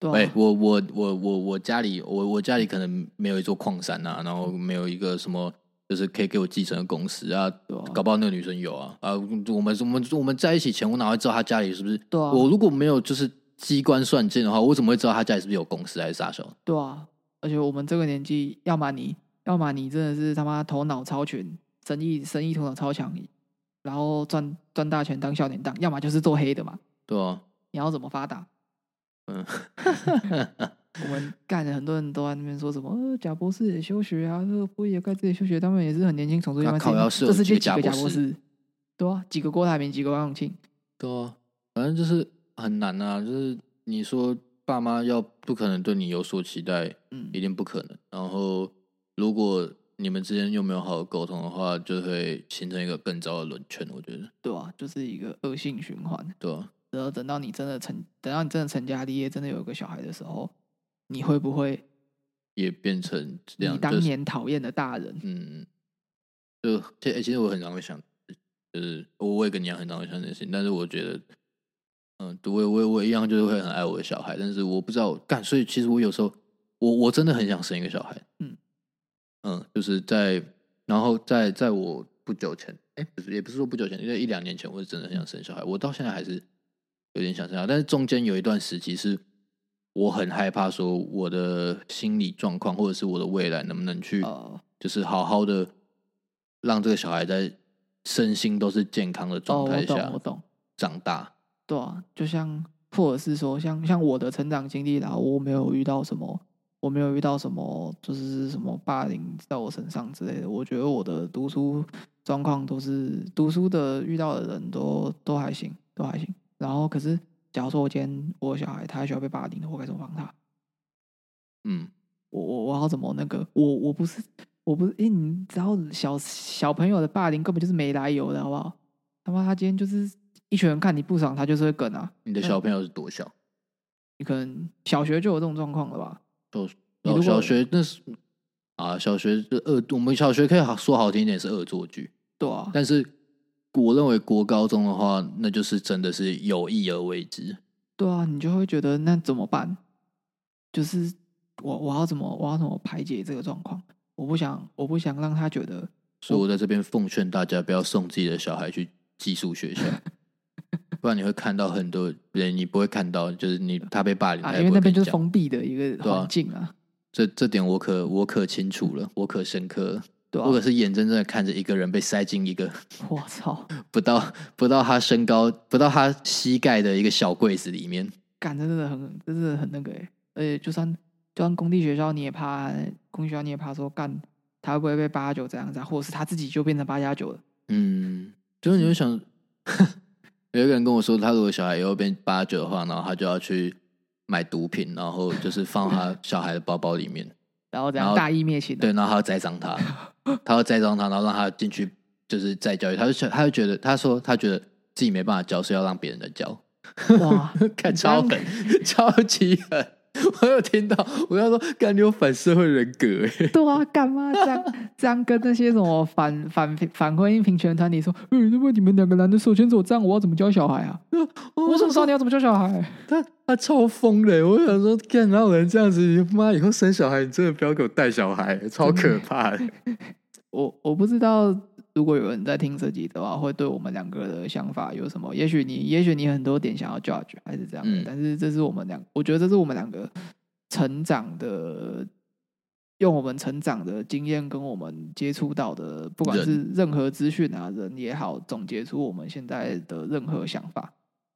[SPEAKER 1] 对啊，
[SPEAKER 2] 哎、我我我我我家里我我家里可能没有一座矿山啊，然后没有一个什么就是可以给我继承的公司啊，
[SPEAKER 1] 对啊
[SPEAKER 2] 搞不好那个女生有啊啊！我们我们我们在一起前，我哪会知道她家里是不是？
[SPEAKER 1] 对啊
[SPEAKER 2] 我如果没有就是机关算尽的话，我怎么会知道她家里是不是有公司还是啥小？
[SPEAKER 1] 对啊。而且我们这个年纪，要么你，要么你真的是他妈头脑超群，生意生意头脑超强，然后赚赚大钱当笑点档，要么就是做黑的嘛。
[SPEAKER 2] 对啊，
[SPEAKER 1] 你要怎么发达？
[SPEAKER 2] 嗯，
[SPEAKER 1] *laughs* 我们干的很多人都在那边说什么，呃，贾博士也休学啊，呃，波也该自己休学，他们也是很年轻，从事一
[SPEAKER 2] 那
[SPEAKER 1] 般
[SPEAKER 2] 靠腰是有
[SPEAKER 1] 这世界
[SPEAKER 2] 几
[SPEAKER 1] 几
[SPEAKER 2] 个
[SPEAKER 1] 个
[SPEAKER 2] 贾
[SPEAKER 1] 贾
[SPEAKER 2] 博
[SPEAKER 1] 博
[SPEAKER 2] 士
[SPEAKER 1] 士？对啊，几个郭台铭，几个王永庆，
[SPEAKER 2] 对啊，反正就是很难啊，就是你说爸妈要不可能对你有所期待，
[SPEAKER 1] 嗯
[SPEAKER 2] 一定不可能。然后，如果你们之间又没有好好沟通的话，就会形成一个更糟的轮圈。我觉得，
[SPEAKER 1] 对啊，就是一个恶性循环。
[SPEAKER 2] 对啊？
[SPEAKER 1] 然后等到你真的成，等到你真的成家立业，真的有一个小孩的时候，你会不会
[SPEAKER 2] 也变成这
[SPEAKER 1] 你
[SPEAKER 2] 样，
[SPEAKER 1] 当
[SPEAKER 2] 就是
[SPEAKER 1] 年讨厌的大人？
[SPEAKER 2] 嗯，就其、欸其实我很常会想，就是我我也跟你一样很常会想这件事情，但是我觉得，嗯，我也我也我也一样就是会很爱我的小孩，但是我不知道干，所以其实我有时候我我真的很想生一个小孩，
[SPEAKER 1] 嗯
[SPEAKER 2] 嗯，就是在然后在在我不久前，哎、不是也不是说不久前，因为一两年前我是真的很想生小孩，我到现在还是有点想生小孩，但是中间有一段时期是。我很害怕说我的心理状况，或者是我的未来能不能去
[SPEAKER 1] 呃，
[SPEAKER 2] 就是好好的让这个小孩在身心都是健康的
[SPEAKER 1] 哦，
[SPEAKER 2] 状
[SPEAKER 1] 我
[SPEAKER 2] 态
[SPEAKER 1] 懂，
[SPEAKER 2] 下
[SPEAKER 1] 我懂，
[SPEAKER 2] 长大。
[SPEAKER 1] 对啊，就像或者是说，像像我的成长经历啦，然后我没有遇到什么，我没有遇到什么，就是什么霸凌在我身上之类的。我觉得我的读书状况都是读书的遇到的人都都还行，都还行。然后可是，假如说我今天我有小孩他需要被霸凌的，我该怎么帮他？
[SPEAKER 2] 嗯，
[SPEAKER 1] 我我我要怎么那个？我我不是我不是，哎、你知道小小朋友的霸凌根本就是没来由的，好不好？他妈，他今天就是一群人看你不爽，他就是会梗啊。
[SPEAKER 2] 你的小朋友是多小？
[SPEAKER 1] 你可能小学就有这种状况了吧？你
[SPEAKER 2] 哦，
[SPEAKER 1] 如果
[SPEAKER 2] 小学那是啊，小学是恶，我们小学可以好说好听一点是恶作剧，
[SPEAKER 1] 对啊，
[SPEAKER 2] 但是我认为国高中的话，那就是真的是有意而为之。
[SPEAKER 1] 对啊，你就会觉得那怎么办？就是我我要怎么我要怎么排解这个状况？我不想我不想让他觉得
[SPEAKER 2] 所以我在这边奉劝大家，不要送自己的小孩去寄宿
[SPEAKER 1] *laughs*
[SPEAKER 2] 学校，不然你会看到很多人，你不会看到，就
[SPEAKER 1] *laughs*
[SPEAKER 2] 是你他被霸凌，
[SPEAKER 1] 啊，
[SPEAKER 2] 他也
[SPEAKER 1] 因为
[SPEAKER 2] 不
[SPEAKER 1] 那
[SPEAKER 2] 会
[SPEAKER 1] 边
[SPEAKER 2] 跟你
[SPEAKER 1] 就是
[SPEAKER 2] 讲
[SPEAKER 1] 封闭的一个
[SPEAKER 2] 对啊
[SPEAKER 1] 环境啊，
[SPEAKER 2] 这这点我可我可清楚了，我可深刻了，
[SPEAKER 1] 对啊
[SPEAKER 2] 我可是眼睁睁的看着一个人被塞进一个
[SPEAKER 1] 我操，
[SPEAKER 2] 不到不到他身高不到他膝盖的一个小柜子里面。
[SPEAKER 1] 干这真的很这真的很那个哎、而且就算就算工地学校你也怕，工地学校你也怕说干他会不会被八加九这样子、啊，或者是他自己就变成八加九了，
[SPEAKER 2] 嗯，就是你会想， *laughs* 有一个人跟我说，他如果小孩以后变八九的话，然后他就要去买毒品，然后就是放 *laughs* 他小孩的包包里面，
[SPEAKER 1] 然后这
[SPEAKER 2] 然
[SPEAKER 1] 样
[SPEAKER 2] 后
[SPEAKER 1] 大义灭亲、啊，
[SPEAKER 2] 对，然后他要栽赃 *laughs* 他，他要栽赃他，然后让他进去就是再教育，他就想他就觉得他说他觉得自己没办法教，所以要让别人来教。
[SPEAKER 1] 哇，
[SPEAKER 2] 看
[SPEAKER 1] 你这样
[SPEAKER 2] 超 *laughs* 狠，超级狠！我有听到，我要说，感觉有反社会人格哎，
[SPEAKER 1] 对啊，干嘛这样这样跟那些什么反反反婚姻平权团体说，嗯、如果你们两个男的手牵手这样，我要怎么教小孩啊？我怎么知道你要怎么教小孩？
[SPEAKER 2] 哦他他超疯的欸，我想说，干哪有人这样子？你妈以后生小孩，你真的不要给我带小孩，超可怕的。
[SPEAKER 1] 我我不知道，如果有人在听这集的话，会对我们两个的想法有什么？也许你，也许你很多点想要 judge 还是这样的，
[SPEAKER 2] 嗯
[SPEAKER 1] 但是这是我们两，我觉得这是我们两个成长的，用我们成长的经验跟我们接触到的，不管
[SPEAKER 2] 人
[SPEAKER 1] 是任何资讯啊，人也好，总结出我们现在的任何想法。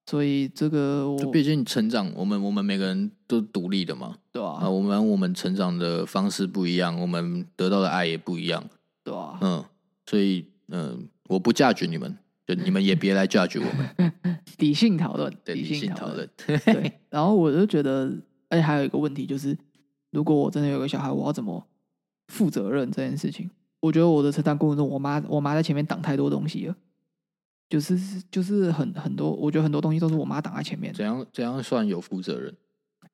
[SPEAKER 1] 所以这个我
[SPEAKER 2] 就毕竟成长，我们我们每个人都独立的嘛，
[SPEAKER 1] 对
[SPEAKER 2] 啊，
[SPEAKER 1] 啊，
[SPEAKER 2] 我们我们成长的方式不一样，我们得到的爱也不一样，
[SPEAKER 1] 对啊，
[SPEAKER 2] 嗯，所以嗯，我不嫁娶你们，就你们也别来嫁娶我 *laughs* 们，
[SPEAKER 1] 理性讨论，
[SPEAKER 2] 对，理性讨论。 *laughs*
[SPEAKER 1] 对，然后我就觉得，而且还有一个问题就是，如果我真的有个小孩，我要怎么负责任这件事情？我觉得我的成长过程中，我妈我妈在前面挡太多东西了，就是就是很很多，我觉得很多东西都是我妈挡在前面的，
[SPEAKER 2] 怎样怎样算有负责任？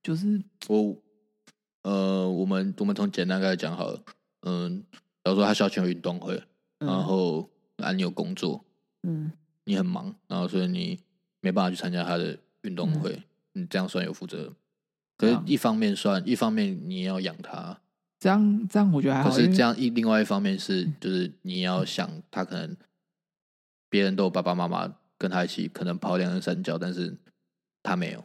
[SPEAKER 1] 就是
[SPEAKER 2] 我呃，我们我们从简单开始讲好了。嗯，假如说他校庆有运动会，
[SPEAKER 1] 嗯
[SPEAKER 2] 然后啊你有工作，
[SPEAKER 1] 嗯，
[SPEAKER 2] 你很忙，然后所以你没办法去参加他的运动会，你这样算有负责任。
[SPEAKER 1] 嗯
[SPEAKER 2] 可
[SPEAKER 1] 对
[SPEAKER 2] 是
[SPEAKER 1] 啊，
[SPEAKER 2] 一方面算，一方面你也要养他，
[SPEAKER 1] 这样这样我觉得还好，
[SPEAKER 2] 可是
[SPEAKER 1] 因为嗯
[SPEAKER 2] 这样一另外一方面是，就是你要想他可能别人都有爸爸妈妈跟他一起，可能跑两人三角，但是他没有，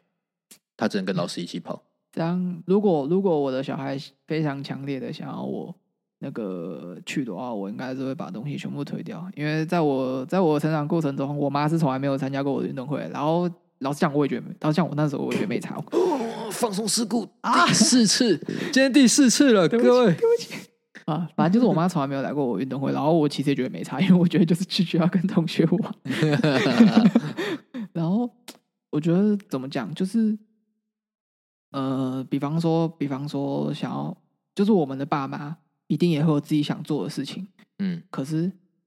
[SPEAKER 2] 他只
[SPEAKER 1] 嗯
[SPEAKER 2] 能跟老师一起跑。
[SPEAKER 1] 这样，如果如果我的小孩非常强烈的想要我那个去的话，我应该是会把东西全部推掉，因为在我在我成长过程中，我妈是从来没有参加过我的运动会，然后老实讲，我也觉得，老实讲，我那时候我也觉得没差，
[SPEAKER 2] 哦，放松事故啊，第四次，今天第四次了，各位。
[SPEAKER 1] 啊，反正就是我妈从来没有来过我运动会，然后我其实也觉得没差，因为我觉得就是去学校跟同学玩。然后我觉得怎么讲，就是呃，比方说，比方说，想要就是我们的爸妈一定也会有自己想做的事情，
[SPEAKER 2] *laughs*
[SPEAKER 1] *laughs*
[SPEAKER 2] 嗯，
[SPEAKER 1] 可是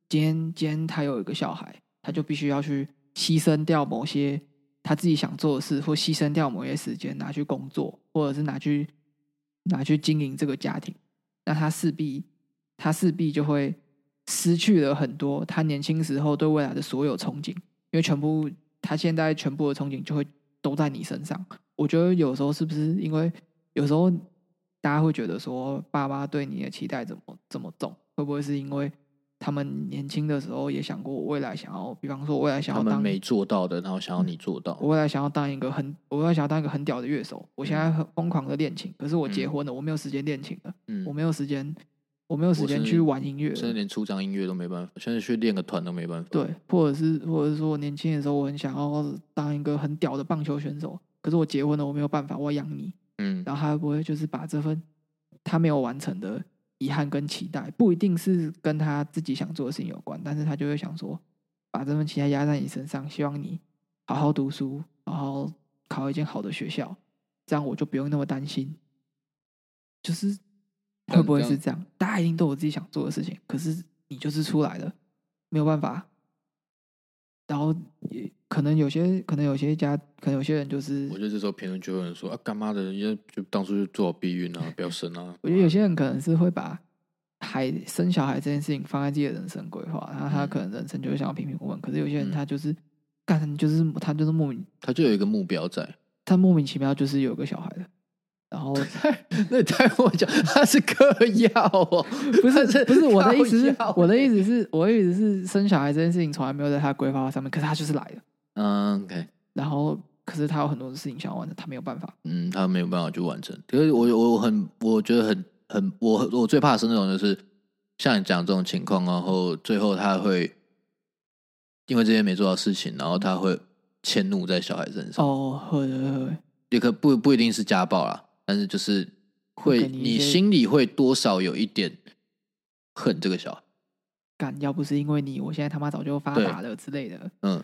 [SPEAKER 1] 今天今天他有一个小孩，他就必须要去牺牲掉某些他自己想做的事，或牺牲掉某些时间拿去工作，或者是拿去拿去经营这个家庭，那他势必他势必就会失去了很多他年轻时候对未来的所有憧憬，因为全部他现在全部的憧憬就会都在你身上。我觉得有时候是不是因为有时候大家会觉得说爸妈对你的期待怎么这么重，会不会是因为他们年轻的时候也想过我未来想要，比方说我未来想
[SPEAKER 2] 他
[SPEAKER 1] 要
[SPEAKER 2] 们
[SPEAKER 1] 当
[SPEAKER 2] 没做到的，然后想要你做到，
[SPEAKER 1] 我未来想要当一个很，我未来想要当一个很屌的乐手。我现在很疯狂的练琴，可是我结
[SPEAKER 2] 嗯
[SPEAKER 1] 婚了，我没有时间练琴了，
[SPEAKER 2] 嗯
[SPEAKER 1] 我，没有时间，我没有时
[SPEAKER 2] 我
[SPEAKER 1] 间
[SPEAKER 2] 甚至
[SPEAKER 1] 去玩音乐了。
[SPEAKER 2] 甚至连出张音乐都没办法，甚至去练个团都没办法。
[SPEAKER 1] 对，或者是或者是说我年轻的时候，我很想要当一个很屌的棒球选手，可是我结婚了，我没有办法，我要养你。
[SPEAKER 2] 嗯，
[SPEAKER 1] 然后他会不会就是把这份他没有完成的遗憾跟期待，不一定是跟他自己想做的事情有关，但是他就会想说，把这份期待压在你身上，希望你好好读书，好好考一间好的学校，这样我就不用那么担心。就是会不会是嗯这样？大家一定都有自己想做的事情，可是你就是出来了，没有办法。然后也可能有些，可能有些家，可能有些人就是，
[SPEAKER 2] 我觉得这时候评论就有人说啊，干嘛的？人家就当初就做好避孕啊，不要生啊。
[SPEAKER 1] 我觉得有些人可能是会把孩生小孩这件事情放在自己的人生规划，然后他
[SPEAKER 2] 嗯
[SPEAKER 1] 可能人生就会想要平平稳稳。可是有些人
[SPEAKER 2] 嗯
[SPEAKER 1] 他就是干，就是他就是莫名，
[SPEAKER 2] 他就有一个目标在， *laughs*
[SPEAKER 1] 他莫名其妙就是有个小孩了，然后
[SPEAKER 2] 那你太我讲，他是嗑药哦，
[SPEAKER 1] 不
[SPEAKER 2] 他
[SPEAKER 1] 是不是我的意思是
[SPEAKER 2] 靠欸药，
[SPEAKER 1] 我的意思是，我的意思是生小孩这件事情从来没有在他的规划上面，可是他就是来了，
[SPEAKER 2] 嗯，OK，
[SPEAKER 1] 然后可是他有很多的事情想要完成，他没有办法。
[SPEAKER 2] 嗯，他没有办法去完成。可是我我我很我觉得很很我我最怕的是那种就是像你讲这种情况，然后最后他会因为这些没做到事情，然后他会迁怒在小孩身上。
[SPEAKER 1] 哦，会会会，
[SPEAKER 2] 也可不不一定是家暴啦，但是就是
[SPEAKER 1] 会
[SPEAKER 2] 会
[SPEAKER 1] 给你一
[SPEAKER 2] 你
[SPEAKER 1] 些
[SPEAKER 2] 心里会多少有一点恨这个小孩，
[SPEAKER 1] 干，要不是因为你，我现在他妈早就发
[SPEAKER 2] 对
[SPEAKER 1] 达了之类的，
[SPEAKER 2] 嗯。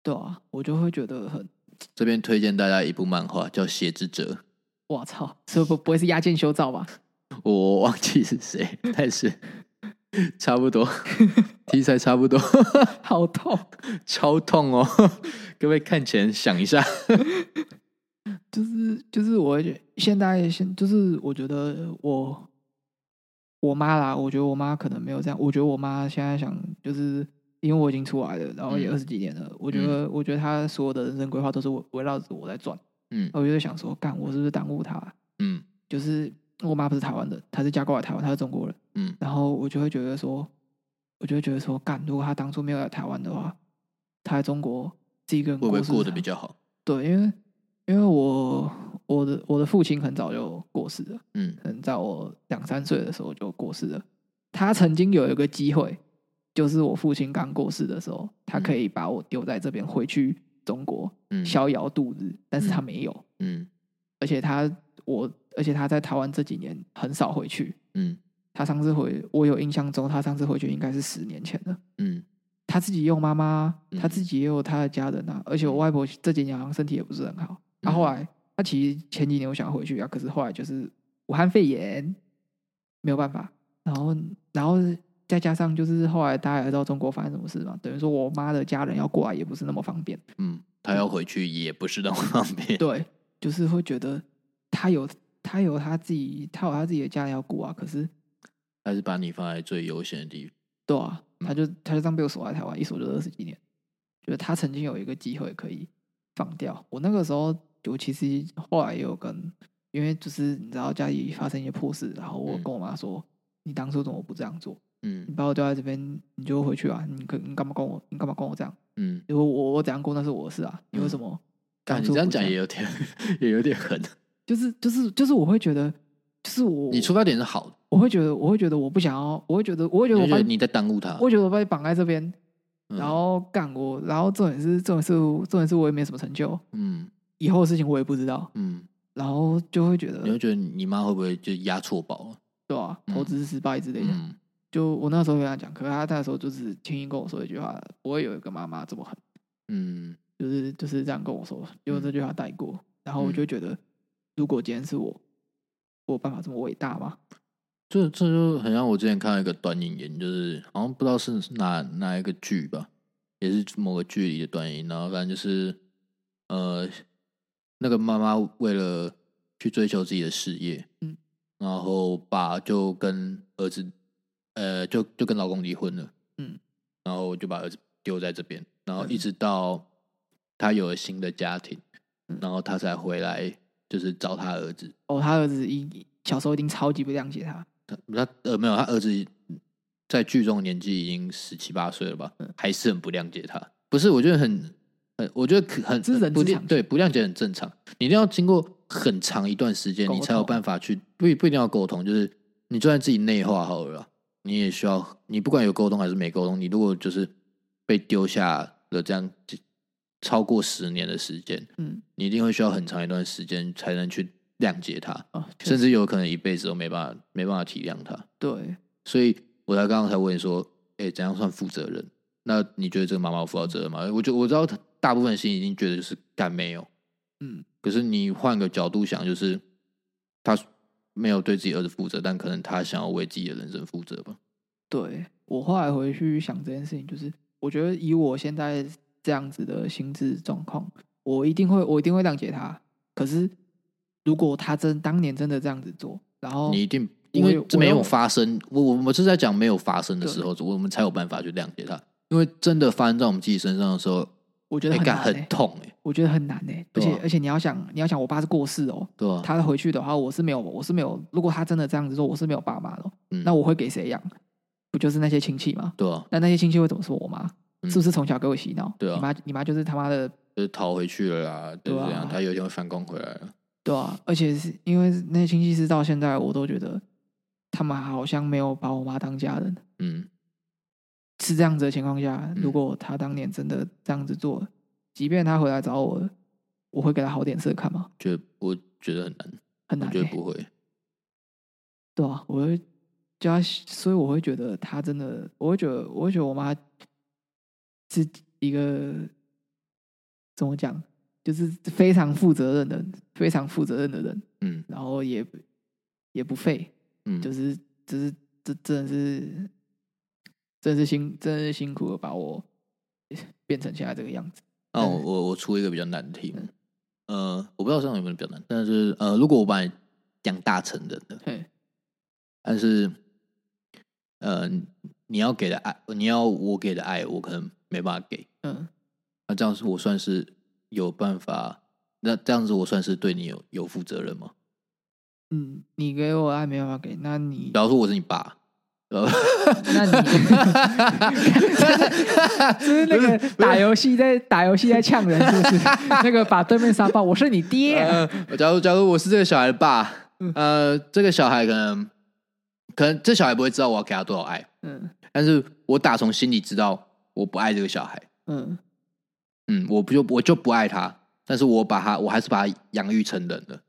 [SPEAKER 1] 对啊，我就会觉得很，
[SPEAKER 2] 这边推荐大家一部漫画叫《血之者》，
[SPEAKER 1] 我操，这不不会是压剑修造吧？
[SPEAKER 2] 我忘记是谁， *laughs* 但是差不多题材差不多， *laughs*
[SPEAKER 1] 好痛，
[SPEAKER 2] 超痛哦！ *laughs* 各位看前想一下，
[SPEAKER 1] 就是就是我会觉得现在现就是我觉得我我妈啦，我觉得我妈可能没有这样，我觉得我妈现在想就是因为我已经出来了，然后也
[SPEAKER 2] 嗯
[SPEAKER 1] 二十几年了，我觉得我觉得她所有的人生规划都是围围绕着我在转，
[SPEAKER 2] 嗯
[SPEAKER 1] 我就在想说，干我是不是耽误她啊？
[SPEAKER 2] 嗯
[SPEAKER 1] 就是我妈不是台湾人，她是嫁过来台湾，她是中国人，
[SPEAKER 2] 嗯
[SPEAKER 1] 然后我就会觉得说，我就会觉得说，干如果她当初没有来台湾的话，她在中国自己一个人
[SPEAKER 2] 会不会
[SPEAKER 1] 是
[SPEAKER 2] 过得
[SPEAKER 1] 她
[SPEAKER 2] 比较好？
[SPEAKER 1] 对，因为因为我我的我的父亲很早就过世了，
[SPEAKER 2] 嗯
[SPEAKER 1] 可能在我两三岁的时候就过世了。他曾经有一个机会，就是我父亲刚过世的时候，他可以把我丢在这边回去中国
[SPEAKER 2] 嗯
[SPEAKER 1] 逍遥度日，但是他
[SPEAKER 2] 嗯
[SPEAKER 1] 没有，
[SPEAKER 2] 嗯
[SPEAKER 1] 而且他我而且他在台湾这几年很少回去。
[SPEAKER 2] 嗯
[SPEAKER 1] 他上次回，我有印象中，他上次回去应该是十年前了。
[SPEAKER 2] 嗯
[SPEAKER 1] 他自己也有妈妈，
[SPEAKER 2] 嗯
[SPEAKER 1] 他自己也有他的家人啊。而且我外婆这几年好像身体也不是很好。他、
[SPEAKER 2] 嗯
[SPEAKER 1] 后来，他其实前几年我想回去啊，可是后来就是武汉肺炎，没有办法。然后，然后再加上就是后来大家也知道中国发生什么事嘛，等于说我妈的家人要过来也不是那么方便。
[SPEAKER 2] 嗯，他要回去也不是那么方便。
[SPEAKER 1] 对，就是会觉得他有他有他自己，他有他自己的家人要顾啊。可是，
[SPEAKER 2] 还是把你放在最优先的地方。
[SPEAKER 1] 对啊，
[SPEAKER 2] 嗯
[SPEAKER 1] 他就他就这样被我锁在台湾，一锁就是二十几年。就是他曾经有一个机会可以放掉。我那个时候，我其实后来也有跟，因为就是你知道家里发生一些破事，然后我
[SPEAKER 2] 嗯
[SPEAKER 1] 跟我妈说：“你当初怎么不这样做？你
[SPEAKER 2] 嗯
[SPEAKER 1] 把我丢在这边，你就回去啊！你可你干嘛跟我？你干嘛跟我这样？
[SPEAKER 2] 嗯，
[SPEAKER 1] 因为我我怎样过那是我的事啊！你为什么
[SPEAKER 2] 但
[SPEAKER 1] 当
[SPEAKER 2] 嗯你
[SPEAKER 1] 初
[SPEAKER 2] 这样
[SPEAKER 1] 不
[SPEAKER 2] 讲也有点也有点 *laughs* 狠。
[SPEAKER 1] 就是就是就是我会觉得，就是我
[SPEAKER 2] 你出发点是好的，
[SPEAKER 1] 我会觉得我会觉得我不想要，我会觉得我会觉
[SPEAKER 2] 你
[SPEAKER 1] 得我
[SPEAKER 2] 就觉
[SPEAKER 1] 把
[SPEAKER 2] 得你在耽误他。
[SPEAKER 1] 我会觉得我被绑在这边，
[SPEAKER 2] 嗯
[SPEAKER 1] 然后干我，然后重点是重点是重点是我也没什么成就，
[SPEAKER 2] 嗯
[SPEAKER 1] 以后的事情我也不知道，
[SPEAKER 2] 嗯，
[SPEAKER 1] 然后就会觉
[SPEAKER 2] 你会
[SPEAKER 1] 得
[SPEAKER 2] 觉得你妈会不会就压错宝了？
[SPEAKER 1] 对吧、
[SPEAKER 2] 嗯
[SPEAKER 1] 投资失败之类的。
[SPEAKER 2] 嗯
[SPEAKER 1] 就我那时候跟他讲，可是他那时候就是轻易跟我说一句话，不会有一个妈妈这么狠，
[SPEAKER 2] 嗯
[SPEAKER 1] 就是就是这样跟我说，用这句话带过，然后我就觉得，
[SPEAKER 2] 嗯
[SPEAKER 1] 如果今天是我，我有办法这么伟大吗？
[SPEAKER 2] 这这就很像我之前看到一个短影音，就是好像不知道是哪哪一个剧吧，也是某个剧里的短影，然后反正就是呃，那个妈妈为了去追求自己的事业，
[SPEAKER 1] 嗯，
[SPEAKER 2] 然后爸就跟儿子，呃，就就跟老公离婚了，
[SPEAKER 1] 嗯，
[SPEAKER 2] 然后就把儿子丢在这边，然后一
[SPEAKER 1] 嗯
[SPEAKER 2] 直到他有了新的家庭，
[SPEAKER 1] 嗯
[SPEAKER 2] 然后他才回来，就是找他儿子，
[SPEAKER 1] 哦，他儿子一小时候一定超级不谅解他，
[SPEAKER 2] 他他呃没有，他儿子在剧中的年纪已经十七八岁了吧，
[SPEAKER 1] 嗯
[SPEAKER 2] 还是很不谅解他。不是，我觉得很很，我觉得可很
[SPEAKER 1] 这是人之
[SPEAKER 2] 不谅
[SPEAKER 1] 常情
[SPEAKER 2] 对不谅解很正常。你一定要经过很长一段时间，
[SPEAKER 1] 沟
[SPEAKER 2] 你
[SPEAKER 1] 通
[SPEAKER 2] 才有办法去不不一定要沟通，就是你就算自己内化好了啦，你也需要你不管有沟通还是没沟通，你如果就是被丢下了这样超过十年的时间，
[SPEAKER 1] 嗯
[SPEAKER 2] 你一定会需要很长一段时间才能去谅解他。
[SPEAKER 1] 啊，确
[SPEAKER 2] 甚
[SPEAKER 1] 实
[SPEAKER 2] 至有可能一辈子都没办法没办法体谅他。
[SPEAKER 1] 对，
[SPEAKER 2] 所以我才刚刚才问你说，哎、怎样算负责任？那你觉得这个妈妈有负到责任吗？我就我知道他大部分心已经觉得就是干没有，
[SPEAKER 1] 嗯
[SPEAKER 2] 可是你换个角度想，就是他没有对自己儿子负责，但可能他想要为自己的人生负责吧。
[SPEAKER 1] 对我后来回去想这件事情，就是我觉得以我现在这样子的心智状况，我一定会我一定会谅解他。可是如果他真当年真的这样子做，然后
[SPEAKER 2] 你一定
[SPEAKER 1] 我
[SPEAKER 2] 因为
[SPEAKER 1] 有哦
[SPEAKER 2] 这
[SPEAKER 1] 我
[SPEAKER 2] 没有
[SPEAKER 1] 有
[SPEAKER 2] 发生，我我们是在讲没有发生的时候，我们才有办法去谅解他。因为真的发生在我们自己身上的时候，
[SPEAKER 1] 我觉得
[SPEAKER 2] 哎，
[SPEAKER 1] 很
[SPEAKER 2] 感
[SPEAKER 1] 难、欸
[SPEAKER 2] 很痛哎、
[SPEAKER 1] 我觉得很难呢、欸而
[SPEAKER 2] 对啊
[SPEAKER 1] 且而且你要想你要想，我爸是过世哦，
[SPEAKER 2] 对吧、
[SPEAKER 1] 他回去的话，我是没有我是没有，如果他真的这样子做，我是没有爸妈的哦，
[SPEAKER 2] 嗯
[SPEAKER 1] 那我会给谁养？不就是那些亲戚吗？
[SPEAKER 2] 对啊，
[SPEAKER 1] 那那些亲戚会怎么说我妈？
[SPEAKER 2] 嗯
[SPEAKER 1] 是不是从小给我洗脑？
[SPEAKER 2] 对啊
[SPEAKER 1] 你妈你妈就是他妈的
[SPEAKER 2] 就是逃回去了啦，就是这
[SPEAKER 1] 对
[SPEAKER 2] 样，
[SPEAKER 1] 啊
[SPEAKER 2] 他有一天会反攻回来了。
[SPEAKER 1] 对啊，而且是因为那些亲戚是到现在，我都觉得他们好像没有把我妈当家人。
[SPEAKER 2] 嗯，
[SPEAKER 1] 是这样子的情况下，
[SPEAKER 2] 嗯
[SPEAKER 1] 如果他当年真的这样子做，即便他回来找我，我会给他好脸色看吗？
[SPEAKER 2] 觉得我觉得很难，
[SPEAKER 1] 很难、
[SPEAKER 2] 我觉得
[SPEAKER 1] 欸，
[SPEAKER 2] 不会。
[SPEAKER 1] 对啊，我会就要，所以我会觉得他真的，我会觉得，我会觉得我妈是一个怎么讲，就是非常负责任的，非常负责任的人，
[SPEAKER 2] 嗯
[SPEAKER 1] 然后也也不废，
[SPEAKER 2] 嗯，
[SPEAKER 1] 就是就是这真的是真的是辛真的是辛苦的把我变成现在这个样子。
[SPEAKER 2] 那我
[SPEAKER 1] 嗯
[SPEAKER 2] 我我出一个比较难的题目，呃，我不知道这样有没有比较难，但是呃，如果我把你讲大成人的，
[SPEAKER 1] 嘿，
[SPEAKER 2] 但是呃，你要给的爱，你要我给的爱，我可能没办法给。
[SPEAKER 1] 嗯，
[SPEAKER 2] 那这样子我算是有办法，那这样子我算是对你有有负责任吗？
[SPEAKER 1] 嗯，你给我爱没办法给，那你
[SPEAKER 2] 比方说我是你爸，呃，
[SPEAKER 1] 那 *laughs* 你就是那个打游戏在打游戏在呛人，是不是？ *laughs* 那个把对面杀爆，我是你爹。
[SPEAKER 2] 呃，假如假如我是这个小孩的爸，
[SPEAKER 1] 嗯
[SPEAKER 2] 呃，这个小孩可能可能这小孩不会知道我要给他多少爱，
[SPEAKER 1] 嗯
[SPEAKER 2] 但是我打从心里知道我不爱这个小孩，
[SPEAKER 1] 嗯
[SPEAKER 2] 嗯，我不就我就不爱他，但是我把他，我还是把他养育成人了，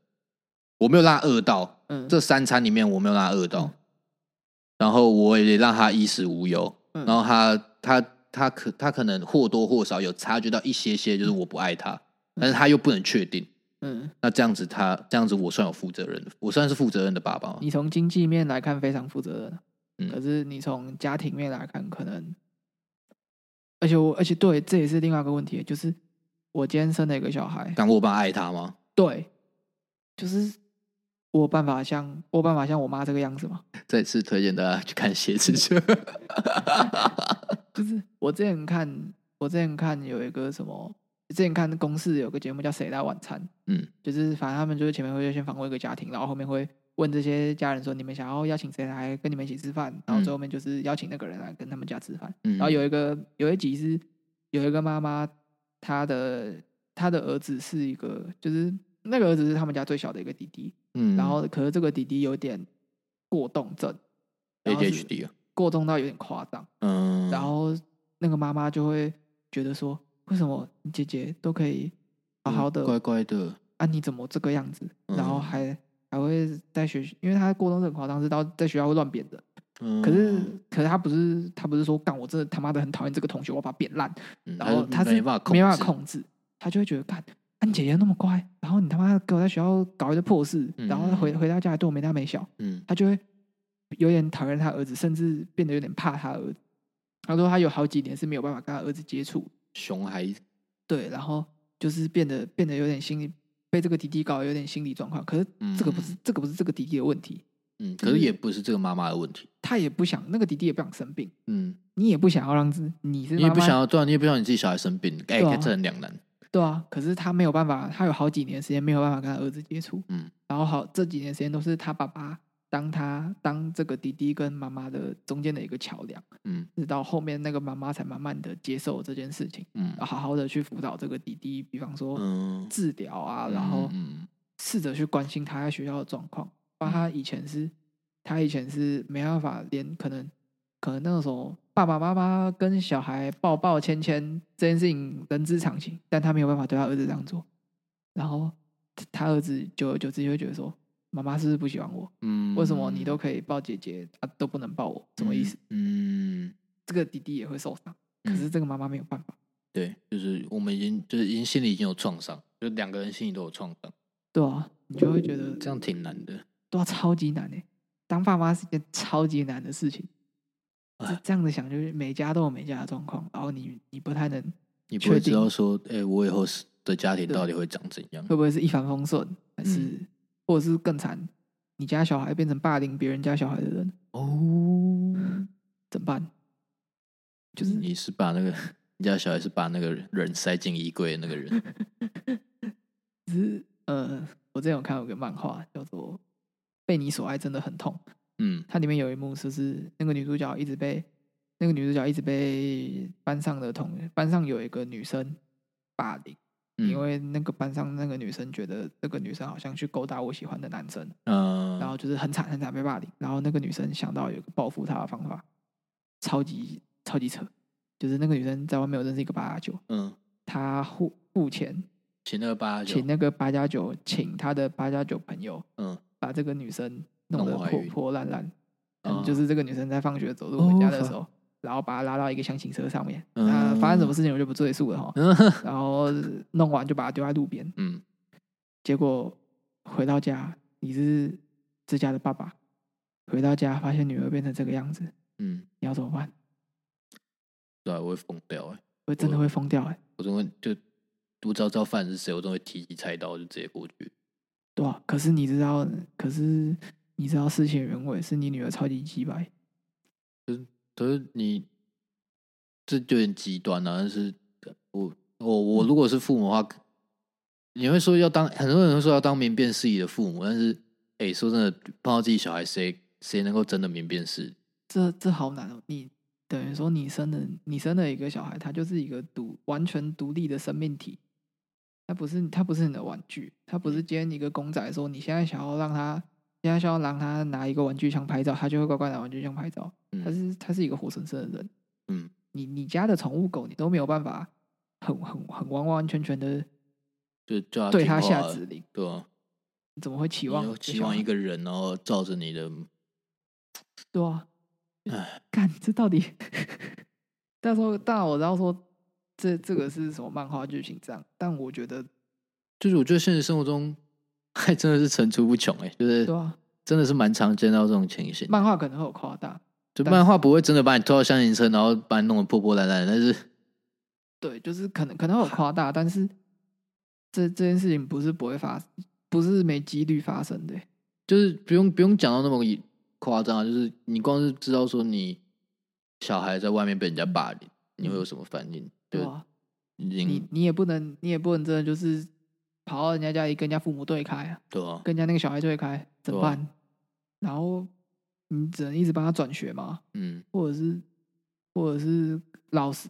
[SPEAKER 2] 我没有让他饿到，
[SPEAKER 1] 嗯，
[SPEAKER 2] 这三餐里面我没有让他饿到，然后我也让他衣食无忧，
[SPEAKER 1] 嗯
[SPEAKER 2] 然后他他他可他可能或多或少有察觉到一些些，就是我不爱他，但是他又不能确定。
[SPEAKER 1] 嗯，
[SPEAKER 2] 那这样子他，这样子我算有负责任的，我算是负责任的爸爸吗？
[SPEAKER 1] 你从经济面来看非常负责任，
[SPEAKER 2] 嗯
[SPEAKER 1] 可是你从家庭面来看，可能，而且我而且对，这也是另外一个问题，就是我今天生了一个小孩，
[SPEAKER 2] 但我有办法爱他吗？ *laughs*
[SPEAKER 1] 对，就是我有办法像我有办法像我妈这个样子吗？
[SPEAKER 2] 再次推荐大家去看《鞋子车》
[SPEAKER 1] 就是我之前看，我之前看有一个什么，之前看公视有个节目叫《谁来晚餐》，
[SPEAKER 2] 嗯，
[SPEAKER 1] 就是反正他们就是前面会先访问一个家庭，然后后面会问这些家人说你们想要邀请谁来跟你们一起吃饭，然后最后面就是邀请那个人来跟他们家吃饭。
[SPEAKER 2] 嗯，
[SPEAKER 1] *laughs* 然后有一个有一集是有一个妈妈，她的她的儿子是一个，就是那个儿子是他们家最小的一个弟弟，
[SPEAKER 2] 嗯，
[SPEAKER 1] 然后可是这个弟弟有点过动症，然后是
[SPEAKER 2] ADHD 啊，
[SPEAKER 1] 过动到有点夸张，
[SPEAKER 2] 嗯，
[SPEAKER 1] 然后那个妈妈就会觉得说，为什么你姐姐都可以好好的、
[SPEAKER 2] 嗯乖乖的，
[SPEAKER 1] 啊，你怎么这个样子？然后
[SPEAKER 2] 嗯
[SPEAKER 1] 还还会在学，因为他过动症很夸张，是到在学校会乱扁人。
[SPEAKER 2] 嗯，
[SPEAKER 1] 可是可是他不是他不是说干，我真的他妈的很讨厌这个同学，我要把他扁烂。
[SPEAKER 2] 嗯，
[SPEAKER 1] 然后他
[SPEAKER 2] 他
[SPEAKER 1] 是
[SPEAKER 2] 是没办法控制，
[SPEAKER 1] 没办法控制，他就会觉得干，啊你姐姐那么乖，然后你他妈给我在学校搞一堆破事，然后回回到家里对我没大没小，
[SPEAKER 2] 嗯，
[SPEAKER 1] 他就会有点讨厌他儿子，甚至变得有点怕他儿子。他说他有好几年是没有办法跟他儿子接触，
[SPEAKER 2] 熊孩子，
[SPEAKER 1] 对，然后就是变得变得有点心理被这个弟弟搞得有点心理状况。可是这个不是、这个不是这个弟弟的问题，
[SPEAKER 2] 嗯，可是也不是这个妈妈的问题，
[SPEAKER 1] 他也不想那个弟弟也不想生病，
[SPEAKER 2] 嗯，
[SPEAKER 1] 你也不想要让自你是
[SPEAKER 2] 你也
[SPEAKER 1] 妈
[SPEAKER 2] 不
[SPEAKER 1] 妈
[SPEAKER 2] 想要，对啊，你也不想要你自己小孩生病，哎，
[SPEAKER 1] 对啊
[SPEAKER 2] 这很两难，
[SPEAKER 1] 对啊，可是他没有办法，他有好几年时间没有办法跟他儿子接触，
[SPEAKER 2] 嗯，
[SPEAKER 1] 然后好这几年时间都是他爸爸当他当这个弟弟跟妈妈的中间的一个桥梁，
[SPEAKER 2] 嗯
[SPEAKER 1] 直到后面那个妈妈才慢慢的接受这件事情，
[SPEAKER 2] 嗯
[SPEAKER 1] 好好的去辅导这个弟弟，比方说
[SPEAKER 2] 嗯，
[SPEAKER 1] 治疗啊，然后
[SPEAKER 2] 嗯
[SPEAKER 1] 试着去关心他在学校的状况，不然他以前是，他以前是没办法连可能可能那个时候爸爸妈妈跟小孩抱抱牵牵这件事情人之常情，但他没有办法对他儿子这样做，然后他他儿子久而久之就会觉得说，妈妈是不是不喜欢我？
[SPEAKER 2] 嗯，
[SPEAKER 1] 为什么你都可以抱姐姐啊，都不能抱我？什么意思？？
[SPEAKER 2] 嗯，
[SPEAKER 1] 这个弟弟也会受伤，可
[SPEAKER 2] 嗯
[SPEAKER 1] 是这个妈妈没有办法。
[SPEAKER 2] 对，就是我们已经就是已经心里已经有创伤，就两个人心里都有创伤，
[SPEAKER 1] 对啊，你就会觉得
[SPEAKER 2] 这样挺难的。
[SPEAKER 1] 对啊，超级难哎、当爸妈是一件超级难的事情。这这样子想，就是每家都有每家的状况，然后你你不太能
[SPEAKER 2] 你不会
[SPEAKER 1] 确定
[SPEAKER 2] 知道说，哎、我以后是的家庭到底会长怎样？
[SPEAKER 1] 会不会是一帆风顺，还是、或者是更惨，你家小孩变成霸凌别人家小孩的人，
[SPEAKER 2] 哦，
[SPEAKER 1] 怎么办？就是
[SPEAKER 2] 你是把那个你家小孩是把那个人塞进衣柜的那个人，
[SPEAKER 1] 呃，我之前有看有个漫画叫做《被你所爱真的很痛》，
[SPEAKER 2] 嗯，
[SPEAKER 1] 它里面有一幕就是那个女主角一直被那个女主角一直被班上的同班上有一个女生霸凌，
[SPEAKER 2] 嗯
[SPEAKER 1] 因为那个班上那个女生觉得这个女生好像去勾搭我喜欢的男生，
[SPEAKER 2] 嗯、
[SPEAKER 1] 然后就是很惨很惨被霸凌，然后那个女生想到有一个报复她的方法，超级超级扯，就是那个女生在外面有认识一个八加九，
[SPEAKER 2] 嗯，
[SPEAKER 1] 她付付钱
[SPEAKER 2] 请那个八九
[SPEAKER 1] 请，那个八加九，请他的八加九朋友，
[SPEAKER 2] 嗯，
[SPEAKER 1] 把这个女生弄得
[SPEAKER 2] 弄怀
[SPEAKER 1] 破
[SPEAKER 2] 孕
[SPEAKER 1] 破烂烂。
[SPEAKER 2] 哦
[SPEAKER 1] 嗯，就是 *laughs* 这个女生在放学走路
[SPEAKER 2] 哦
[SPEAKER 1] 回家的时候，然后把她拉到一个箱型车上面，
[SPEAKER 2] 嗯
[SPEAKER 1] 那发生什么事情我就不赘述了哈。然后弄完就把她丢在路边，
[SPEAKER 2] 嗯，
[SPEAKER 1] 结果回到家，你是自家的爸爸，回到家发现女儿变成这个样子，
[SPEAKER 2] 嗯，
[SPEAKER 1] 你要怎么办？
[SPEAKER 2] 对啊、我会疯掉哎、
[SPEAKER 1] 会真的
[SPEAKER 2] 我
[SPEAKER 1] 会疯掉哎、
[SPEAKER 2] 我总会就我只要知道犯人是谁，我总会提起菜刀就直接过去，
[SPEAKER 1] 对啊，可是你知道，可是你知道事情的原委是你女儿超级鸡白，
[SPEAKER 2] 可是你这就有点极端了、但是我我
[SPEAKER 1] 嗯
[SPEAKER 2] 我如果是父母的话，你会说要当很多人会说要当明辨事理的父母，但是哎、欸说真的，碰到自己小孩，谁谁能够真的明辨事理？
[SPEAKER 1] 这这好难哦！你等于说你生的你生了一个小孩，他就是一个独完全独立的生命体，他不是他不是你的玩具，他不
[SPEAKER 2] 嗯
[SPEAKER 1] 是今天一个公仔说你现在想要让他现在想要让他拿一个玩具枪拍照，他就会乖乖拿玩具枪拍照。他
[SPEAKER 2] 嗯
[SPEAKER 1] 是他是一个活生生的人，
[SPEAKER 2] 嗯，
[SPEAKER 1] 你你家的宠物狗你都没有办法很很很完完全全的
[SPEAKER 2] 就叫他
[SPEAKER 1] 对
[SPEAKER 2] 听
[SPEAKER 1] 他下
[SPEAKER 2] 话了
[SPEAKER 1] 指令，
[SPEAKER 2] 对啊，
[SPEAKER 1] 你怎么会期
[SPEAKER 2] 你
[SPEAKER 1] 望啊
[SPEAKER 2] 要
[SPEAKER 1] 你的
[SPEAKER 2] 期
[SPEAKER 1] 小
[SPEAKER 2] 望
[SPEAKER 1] 孩
[SPEAKER 2] 一个人，然后照着你
[SPEAKER 1] 嗯
[SPEAKER 2] 的，
[SPEAKER 1] 对啊
[SPEAKER 2] 唉，
[SPEAKER 1] 干这到底？但是当然我知道说这这个是什么漫画剧情这样，但我觉得
[SPEAKER 2] 就是我觉得现实生活中还真的是层出不穷哎、就是
[SPEAKER 1] 对啊，
[SPEAKER 2] 真的是蛮常见到这种情形。
[SPEAKER 1] 漫画可能会有夸大，
[SPEAKER 2] 就
[SPEAKER 1] 但是
[SPEAKER 2] 漫画不会真的把你拖到箱型车，然后把你弄得破破烂烂，但是
[SPEAKER 1] 对，就是可能可能会有夸大，但是这这件事情不是不会发，不是没几率发生的欸、
[SPEAKER 2] 就是不用不用讲到那么夸张啊，就是你光是知道说你小孩在外面被人家霸凌，你会有什么反应？
[SPEAKER 1] 嗯对啊
[SPEAKER 2] 就
[SPEAKER 1] 吧？
[SPEAKER 2] 已
[SPEAKER 1] 你
[SPEAKER 2] 经
[SPEAKER 1] 你也不能你也不能真的就是跑到人家家里跟人家父母对开啊，
[SPEAKER 2] 对啊，
[SPEAKER 1] 跟人家那个小孩对开怎么
[SPEAKER 2] 对啊
[SPEAKER 1] 办？然后你只能一直帮他转学嘛，
[SPEAKER 2] 嗯
[SPEAKER 1] 或者是或者是老师，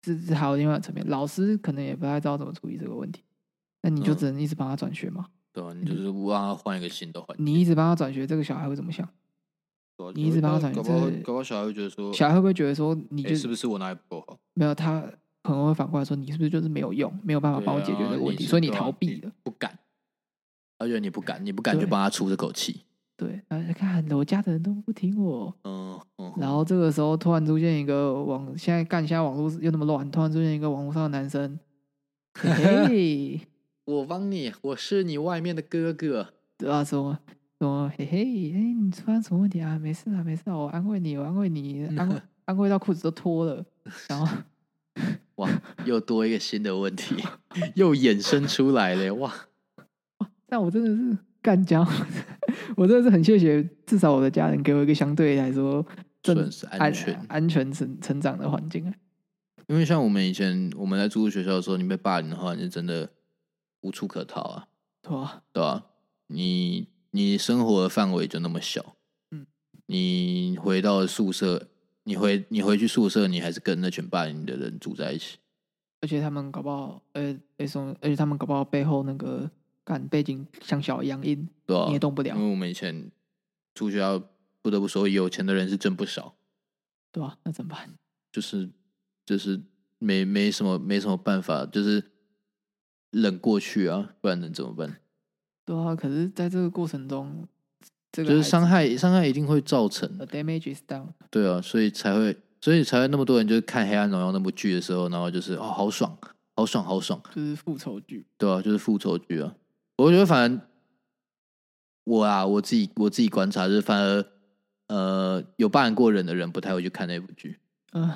[SPEAKER 1] 这这还有另外一个层面，老师可能也不太知道怎么处理这个问题，那你就
[SPEAKER 2] 嗯
[SPEAKER 1] 只能一直帮他转学嘛。
[SPEAKER 2] 对啊，你
[SPEAKER 1] 嗯
[SPEAKER 2] 就是让他换一个新的环境，
[SPEAKER 1] 你一直帮他转学，这个小孩会怎么想？
[SPEAKER 2] 对啊
[SPEAKER 1] 你一直帮他转
[SPEAKER 2] 搞不好
[SPEAKER 1] 这
[SPEAKER 2] 搞不好小孩会觉得说，
[SPEAKER 1] 小孩会不会觉得说你就、
[SPEAKER 2] 哎，是不是我哪里不够好？
[SPEAKER 1] 没有他？可能会反过来说，你是不是就是没有用，没有办法帮我解决这个问题，
[SPEAKER 2] 对啊
[SPEAKER 1] 所以你
[SPEAKER 2] 是
[SPEAKER 1] 逃避
[SPEAKER 2] 对啊
[SPEAKER 1] 了。
[SPEAKER 2] 你不敢，而且你不敢，你不敢去
[SPEAKER 1] 对
[SPEAKER 2] 帮他出这口气。
[SPEAKER 1] 对，然后就看我家的人都不听我，
[SPEAKER 2] 嗯嗯，
[SPEAKER 1] 然后这个时候突然出现一个网，现在干，现在网络又那么乱，突然出现一个网络上的男
[SPEAKER 2] *laughs*
[SPEAKER 1] 生，嘿，
[SPEAKER 2] 我帮你，我是你外面的哥哥。
[SPEAKER 1] 对啊，说说嘿嘿，哎、你出现什么问题啊？没事啊，没事啊，我安慰你，我安慰你，安
[SPEAKER 2] *laughs*
[SPEAKER 1] 慰安慰到裤子都脱了，然后
[SPEAKER 2] 哇，又多一个新的问题， *laughs* 又衍生出来了哇！
[SPEAKER 1] 但我真的是干将，我真的是很谢谢，至少我的家人给我一个相对来说正
[SPEAKER 2] 算是安全
[SPEAKER 1] 安全成成长的环境啊。
[SPEAKER 2] 因为像我们以前我们在住宿学校的时候，你被霸凌的话，你是真的无处可逃啊，
[SPEAKER 1] 对啊，
[SPEAKER 2] 对吧、你你生活的范围就那么小，
[SPEAKER 1] 嗯，
[SPEAKER 2] 你回到宿舍，你回你回去宿舍，你还是跟那群霸凌你的人住在一起，
[SPEAKER 1] 而且他们搞不好，呃，那种，而且他们搞不好背后那个干背景像小羊音，
[SPEAKER 2] 对啊嗯吧、
[SPEAKER 1] 你也动不了
[SPEAKER 2] 因，为我们以前住学校，不得不说有钱的人是真不少，
[SPEAKER 1] 对吧、啊那怎么办？
[SPEAKER 2] 就是就是没没什么没什么办法，就是忍过去啊，不然能怎么办？
[SPEAKER 1] 对啊，可是在这个过程中，这个孩
[SPEAKER 2] 就是
[SPEAKER 1] 子呃
[SPEAKER 2] 伤害伤害一定会造成
[SPEAKER 1] ，the
[SPEAKER 2] 的，
[SPEAKER 1] damage is done。
[SPEAKER 2] 对啊，所以才会所以才会那么多人就是看《黑暗荣耀》那部剧的时候，然后就是哦好爽，好爽，好爽，
[SPEAKER 1] 就是复仇剧。
[SPEAKER 2] 对啊，就是复仇剧啊。我觉得反正我啊，我自己我自己观察，就是反而呃有霸凌过人的人不太会去看那部剧，
[SPEAKER 1] 嗯、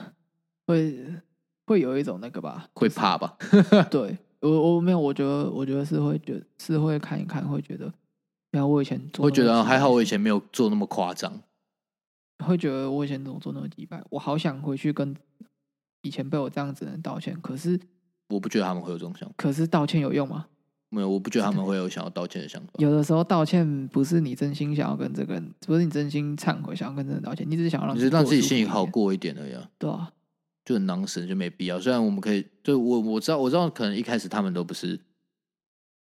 [SPEAKER 1] 会会有一种那个吧，
[SPEAKER 2] 会怕吧？
[SPEAKER 1] 对我我没有，我觉得我觉得是会觉得是会看一看，会觉得，然后我以前做
[SPEAKER 2] 会觉
[SPEAKER 1] 那
[SPEAKER 2] 得
[SPEAKER 1] 么
[SPEAKER 2] 啊
[SPEAKER 1] 鸡
[SPEAKER 2] 还好，
[SPEAKER 1] 掰
[SPEAKER 2] 我以前没有做那么夸张。
[SPEAKER 1] 会觉得我以前怎么做那么几百，我好想回去跟以前被我这样子的人道歉。可是
[SPEAKER 2] 我不觉得他们会有这种想法，
[SPEAKER 1] 可是道歉有用吗？
[SPEAKER 2] 没有，我不觉得他们会有想要道歉的想法。
[SPEAKER 1] 有的时候道歉不是你真心想要跟这个人，不是你真心忏悔想要跟这个人道歉，你只是想要让
[SPEAKER 2] 你是让自己心里
[SPEAKER 1] 过
[SPEAKER 2] 好
[SPEAKER 1] 得舒服
[SPEAKER 2] 过一点而已、啊，
[SPEAKER 1] 一点，对啊，
[SPEAKER 2] 就很狼神就没必要。虽然我们可以，就我我知道我知道，可能一开始他们都不是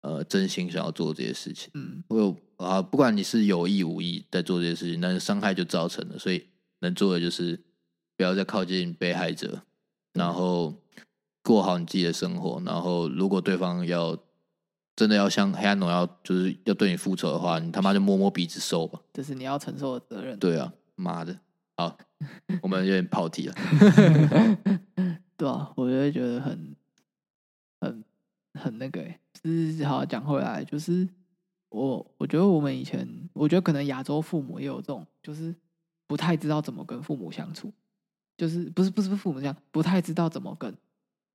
[SPEAKER 2] 呃真心想要做这些事情。
[SPEAKER 1] 嗯，
[SPEAKER 2] 我有啊，不管你是有意无意在做这些事情，但是伤害就造成了，所以能做的就是不要再靠近被害者，然后过好你自己的生活。然后，如果对方要真的要像黑暗农要就是要对你复仇的话，你他妈就摸摸鼻子收吧。
[SPEAKER 1] 这是你要承受的责任，
[SPEAKER 2] 对啊，妈的，好，我们有点跑题
[SPEAKER 1] *laughs*
[SPEAKER 2] 了。
[SPEAKER 1] 对啊，我就会觉得很很很那个、欸，就是好讲回来，就是我我觉得我们以前，我觉得可能亚洲父母也有这种，就是不太知道怎么跟父母相处，就是不是不是不是父母这样，不太知道怎么跟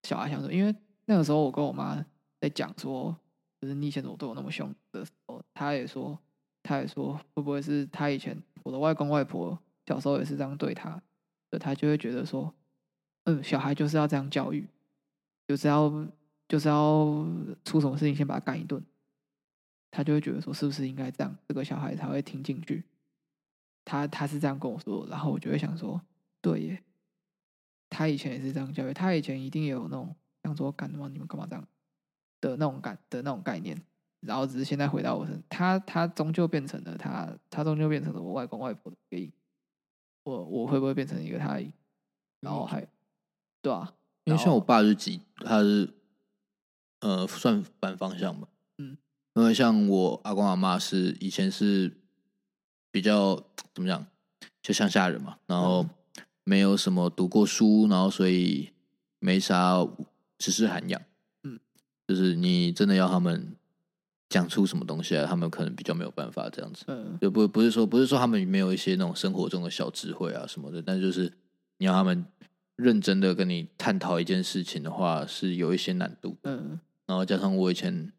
[SPEAKER 1] 小孩相处，因为那个时候我跟我妈在讲说，就是你以前怎么对我那么凶的时候，她也说，她也说会不会是她以前我的外公外婆小时候也是这样对她，所以她就会觉得说，嗯，小孩就是要这样教育，就是要就是要出什么事情先把他干一顿，她就会觉得说是不是应该这样，这个小孩才会听进去。她她是这样跟我说，然后我就会想说，对耶，她以前也是这样教育，她以前一定也有那种想说干嘛你们干嘛这样的那种感的那种概念，然后只是现在回到我身，她她终究变成了她她终究变成了我外公外婆的一个影，我我会不会变成一个她的影？然后还对啊，
[SPEAKER 2] 因为
[SPEAKER 1] 然
[SPEAKER 2] 像
[SPEAKER 1] 后
[SPEAKER 2] 我爸是极，他是呃算反方向吧，
[SPEAKER 1] 嗯，
[SPEAKER 2] 因为像我阿公阿妈是以前是比较怎么讲，就乡下人嘛，然
[SPEAKER 1] 嗯
[SPEAKER 2] 后没有什么读过书，然后所以没啥知识涵养，
[SPEAKER 1] 嗯，
[SPEAKER 2] 就是你真的要他们讲出什么东西来，他们可能比较没有办法这样子，
[SPEAKER 1] 嗯
[SPEAKER 2] 就不不是说不是说他们没有一些那种生活中的小智慧啊什么的，但就是你要他们认真的跟你探讨一件事情的话，是有一些难度。
[SPEAKER 1] 嗯
[SPEAKER 2] 然后加上我以前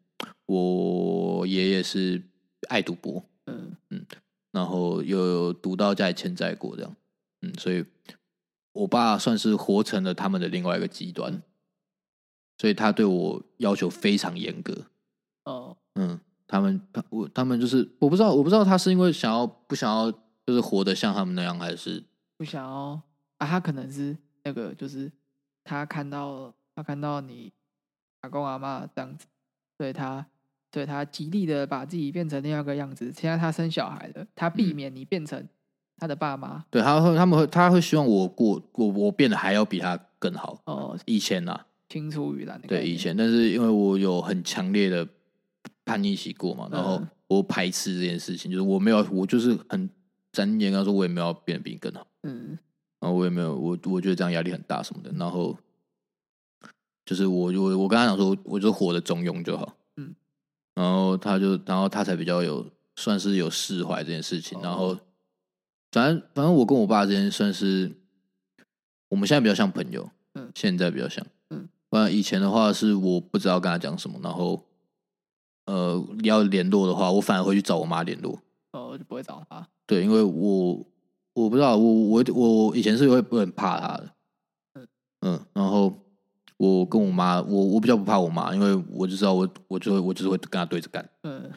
[SPEAKER 2] 我爷爷是爱赌博，
[SPEAKER 1] 嗯
[SPEAKER 2] 然后又有读到家里欠债过这样，嗯，所以我爸算是活成了他们的另外一个极端，所以他对我要求非常严格，
[SPEAKER 1] 哦
[SPEAKER 2] 嗯，他们他我他们就是我不知道我不知道他是因为想要不想要就是活得像他们那样，还是
[SPEAKER 1] 不想要啊，他可能是那个，就是他看到他看到你阿公阿妈这样子，所以他所以他极力的把自己变成另外一个样子。现在他生小孩了，他避
[SPEAKER 2] 嗯
[SPEAKER 1] 免你变成他的爸妈。
[SPEAKER 2] 对他会他们会他会希望我过我我变得还要比他更好。
[SPEAKER 1] 哦，
[SPEAKER 2] 以前呐、啊，
[SPEAKER 1] 青出于蓝的概
[SPEAKER 2] 对以
[SPEAKER 1] 念
[SPEAKER 2] 前，但是因为我有很强烈的叛逆期过嘛，然后
[SPEAKER 1] 嗯
[SPEAKER 2] 我排斥这件事情，就是我没有我就是很斩钉跟他说我也没有要变得比你更好。
[SPEAKER 1] 嗯
[SPEAKER 2] 然后我也没有，我我觉得这样压力很大什么的。然后就是我我我跟他讲说，我就活得中庸就好。
[SPEAKER 1] 嗯，
[SPEAKER 2] 然后他就，然后他才比较有算是有释怀这件事情。
[SPEAKER 1] 哦
[SPEAKER 2] 然后反正反正我跟我爸之间算是我们现在比较像朋友，
[SPEAKER 1] 嗯
[SPEAKER 2] 现在比较像，
[SPEAKER 1] 嗯，
[SPEAKER 2] 不然以前的话是我不知道跟他讲什么，然后呃要联络的话，我反而会去找我妈联络。
[SPEAKER 1] 哦，我就不会找他。
[SPEAKER 2] 对，因为我我不知道，我我我以前是会会很怕他的，嗯，然后我跟我妈，我我比较不怕我妈，因为我就知道我我就会我就是会跟她对着干，
[SPEAKER 1] 嗯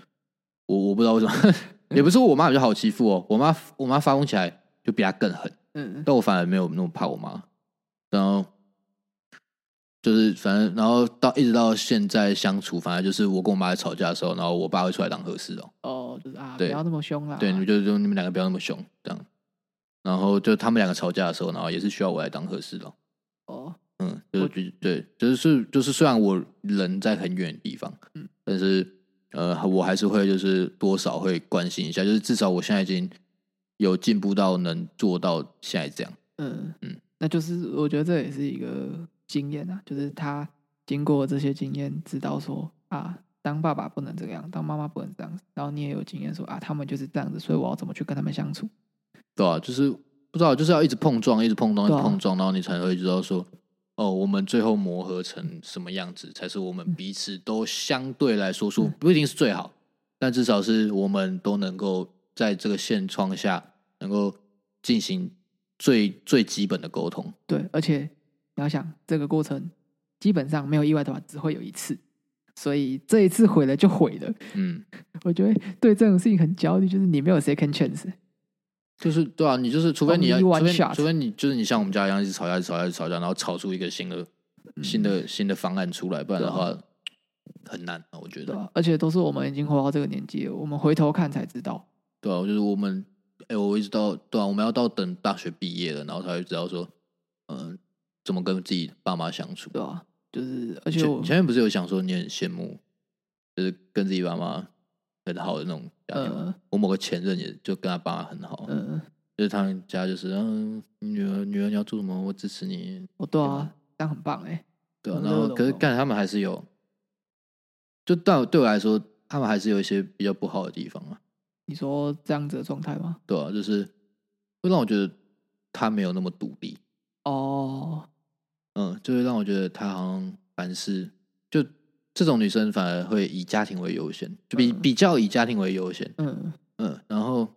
[SPEAKER 2] 我我不知道为什么， *laughs* 也不是我妈比较好欺负哦，我妈我妈发疯起来就比她更狠，
[SPEAKER 1] 嗯
[SPEAKER 2] 但我反而没有那么怕我妈，然后就是反正然后到一直到现在相处，反正就是我跟我妈在吵架的时候，然后我爸会出来当和事佬。
[SPEAKER 1] 哦，就是啊，不
[SPEAKER 2] 对
[SPEAKER 1] 要那么凶啦。
[SPEAKER 2] 对，你们就就你们两个不要那么凶，这样。然后就他们两个吵架的时候，然后也是需要我来当和事佬。
[SPEAKER 1] 哦，
[SPEAKER 2] 嗯，就
[SPEAKER 1] 我
[SPEAKER 2] 是对，就是就是虽然我人在很远的地方，
[SPEAKER 1] 嗯
[SPEAKER 2] 但是呃，我还是会就是多少会关心一下，就是至少我现在已经有进步到能做到现在这样。
[SPEAKER 1] 嗯
[SPEAKER 2] 嗯，
[SPEAKER 1] 那就是我觉得这也是一个经验啊，就是他经过这些经验，知道说啊，当爸爸不能这个样，当妈妈不能这样，然后你也有经验说啊，他们就是这样子，所以我要怎么去跟他们相处？
[SPEAKER 2] 对啊，就是不知道，就是要一直碰撞，一直碰撞，一直
[SPEAKER 1] 对啊
[SPEAKER 2] 碰撞，然后你才会知道说，哦，我们最后磨合成什么样子，才是我
[SPEAKER 1] 嗯
[SPEAKER 2] 们彼此都相对来说说不一定是最好，但至少是我们都能够在这个现状下能够进行最最基本的沟通。
[SPEAKER 1] 对，而且你要想这个过程基本上没有意外的话，只会有一次，所以这一次毁了就毁了。
[SPEAKER 2] 嗯，
[SPEAKER 1] 我觉得对这种事情很焦虑，就是你没有 second chance。
[SPEAKER 2] 就是对啊，你就是除非你要，
[SPEAKER 1] Only one
[SPEAKER 2] 除非
[SPEAKER 1] shot
[SPEAKER 2] 除非你就是你像我们家一样一直吵架，一直吵架，一直吵架，然后吵出一个新的新的新的方案出来，不然
[SPEAKER 1] 嗯
[SPEAKER 2] 的
[SPEAKER 1] 对啊
[SPEAKER 2] 话很难啊，我觉
[SPEAKER 1] 对
[SPEAKER 2] 得。
[SPEAKER 1] 啊，而且都是我们已经活到这个年纪了，我们回头看才知道，
[SPEAKER 2] 对啊，就是我们，哎、我一直到对啊，我们要到等大学毕业了，然后才会知道说，嗯、怎么跟自己爸妈相处。
[SPEAKER 1] 对吧、啊就是，而且我
[SPEAKER 2] 前前面不是有想说你很羡慕，就是跟自己爸妈很好的那种家庭吗。
[SPEAKER 1] 呃
[SPEAKER 2] 我某个前任也就跟他爸很好，
[SPEAKER 1] 呃，
[SPEAKER 2] 就是他们家就是，嗯，女儿女儿你要做什么，我支持你，
[SPEAKER 1] 我对啊，这样很棒哎、
[SPEAKER 2] 对啊，
[SPEAKER 1] 嗯
[SPEAKER 2] 然
[SPEAKER 1] 那
[SPEAKER 2] 后
[SPEAKER 1] 种
[SPEAKER 2] 可是
[SPEAKER 1] 的
[SPEAKER 2] 干他们还是有，就到对我来说，他们还是有一些比较不好的地方啊。
[SPEAKER 1] 你说这样子的状态吗？
[SPEAKER 2] 对啊，就是会让我觉得他没有那么独立，
[SPEAKER 1] 哦，
[SPEAKER 2] 嗯，就会让我觉得他好像凡事就这种女生反而会以家庭为优先，就比、
[SPEAKER 1] 嗯
[SPEAKER 2] 比较以家庭为优先，
[SPEAKER 1] 嗯，
[SPEAKER 2] 嗯，然后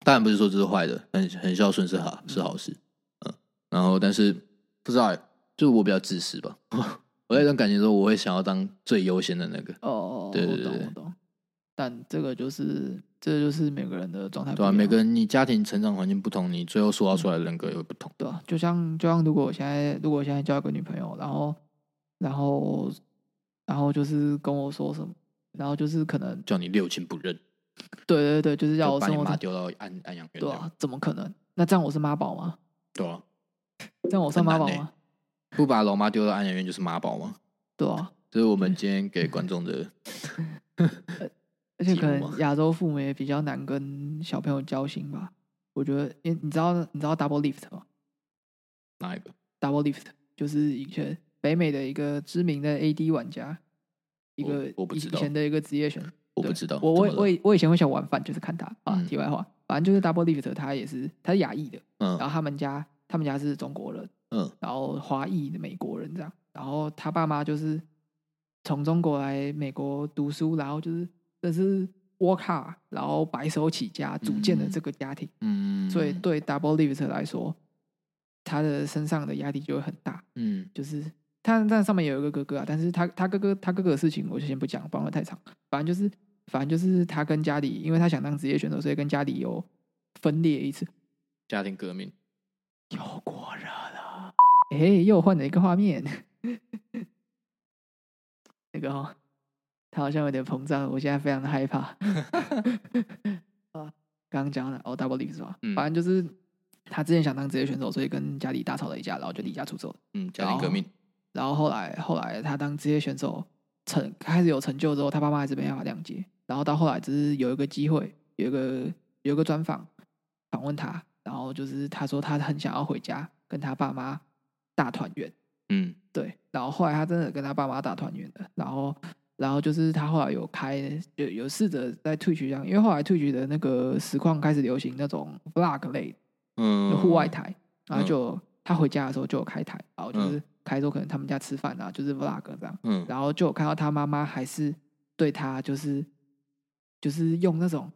[SPEAKER 2] 当然不是说这是坏的，很很孝顺是好是好事，嗯，然后但是不知道欸，就我比较自私吧， *laughs* 我在这种感情中我会想要当最优先的那个，
[SPEAKER 1] 哦，
[SPEAKER 2] 对对
[SPEAKER 1] 我懂
[SPEAKER 2] 对
[SPEAKER 1] 我懂，但这个就是这就是每个人的状态不
[SPEAKER 2] 对
[SPEAKER 1] 一
[SPEAKER 2] 吧、
[SPEAKER 1] 样，
[SPEAKER 2] 每个人你家庭成长环境不同，你最后塑造出
[SPEAKER 1] 嗯
[SPEAKER 2] 来的人格也会不同，
[SPEAKER 1] 对啊，就像就像如果我现在如果我现在交一个女朋友，然后然后然后就是跟我说什么，然后就是可能
[SPEAKER 2] 叫你六亲不认，
[SPEAKER 1] 对对对，就是要
[SPEAKER 2] 就
[SPEAKER 1] 我
[SPEAKER 2] 把你
[SPEAKER 1] 生活
[SPEAKER 2] 妈
[SPEAKER 1] 中
[SPEAKER 2] 丢到安安养院这
[SPEAKER 1] 对
[SPEAKER 2] 样，
[SPEAKER 1] 啊，怎么可能？那这样我是妈宝吗？
[SPEAKER 2] 对啊，
[SPEAKER 1] 这样我算妈宝
[SPEAKER 2] 很难欸
[SPEAKER 1] 吗？
[SPEAKER 2] 不把老妈丢到安养院就是妈宝吗？
[SPEAKER 1] 对啊，
[SPEAKER 2] 这是我们今天给观众的，
[SPEAKER 1] 而且
[SPEAKER 2] 寂
[SPEAKER 1] 可
[SPEAKER 2] 寞吗 *laughs*
[SPEAKER 1] 能亚洲父母也比较难跟小朋友交心吧。我觉得，因为你知道你知道 double lift 吗
[SPEAKER 2] 哪一个？
[SPEAKER 1] ？double lift 就是以前北美的一个知名的 AD 玩家，一
[SPEAKER 2] 我
[SPEAKER 1] 个
[SPEAKER 2] 我不
[SPEAKER 1] 以
[SPEAKER 2] 知道
[SPEAKER 1] 前的一个职业选手。
[SPEAKER 2] 我不
[SPEAKER 1] 对
[SPEAKER 2] 知道。
[SPEAKER 1] 我我
[SPEAKER 2] 怎么了
[SPEAKER 1] 我以我以前会想玩饭，就是看他啊
[SPEAKER 2] 嗯。
[SPEAKER 1] 题外话，反正就是 Double Lift，他也是他是亚裔的，然
[SPEAKER 2] 嗯
[SPEAKER 1] 后他们家他们家是中国人，
[SPEAKER 2] 嗯
[SPEAKER 1] 然后华裔的美国人这样，然后他爸妈就是从中国来美国读书，然后就是这是 work hard，然后白手起家组建的这个家庭，
[SPEAKER 2] 嗯，
[SPEAKER 1] 所以对 Double Lift 来说，他的身上的压力就会很大，
[SPEAKER 2] 嗯
[SPEAKER 1] 就是他但上面有一个哥哥啊，但是他他哥哥他哥哥的事情我就先不讲，不然会太长。反正就是反正就是他跟家里，因为他想当职业选手，所以跟家里有分裂一次。
[SPEAKER 2] 家庭革命，
[SPEAKER 1] 又过热了，哎、又换了一个画面。 *laughs* 那个、哦，他好像有点膨胀，我现在非常的害怕。 *laughs* 啊，刚刚讲了哦，double leave 是吧？
[SPEAKER 2] 嗯
[SPEAKER 1] 反正就是他之前想当职业选手，所以跟家里大吵了一架，然后就离家出走了。
[SPEAKER 2] 嗯，家
[SPEAKER 1] 哦
[SPEAKER 2] 庭革命，
[SPEAKER 1] 然后后来后来他当职业选手成开始有成就之后，他爸妈还是没办法谅解。然后到后来只是有一个机会，有一个有一个专访访问他，然后就是他说他很想要回家跟他爸妈大团圆。
[SPEAKER 2] 嗯
[SPEAKER 1] 对，然后后来他真的跟他爸妈大团圆了，然后然后就是他后来有开有有试着在 Twitch 上，因为后来 Twitch 的那个实况开始流行那种 vlog 类的
[SPEAKER 2] 嗯，
[SPEAKER 1] 户外台，然后
[SPEAKER 2] 嗯
[SPEAKER 1] 就他回家的时候就有开台，然后就
[SPEAKER 2] 嗯
[SPEAKER 1] 是开说可能他们家吃饭啊，就是 vlog 这样，
[SPEAKER 2] 嗯，
[SPEAKER 1] 然后就有看到他妈妈还是对他就是就是用那种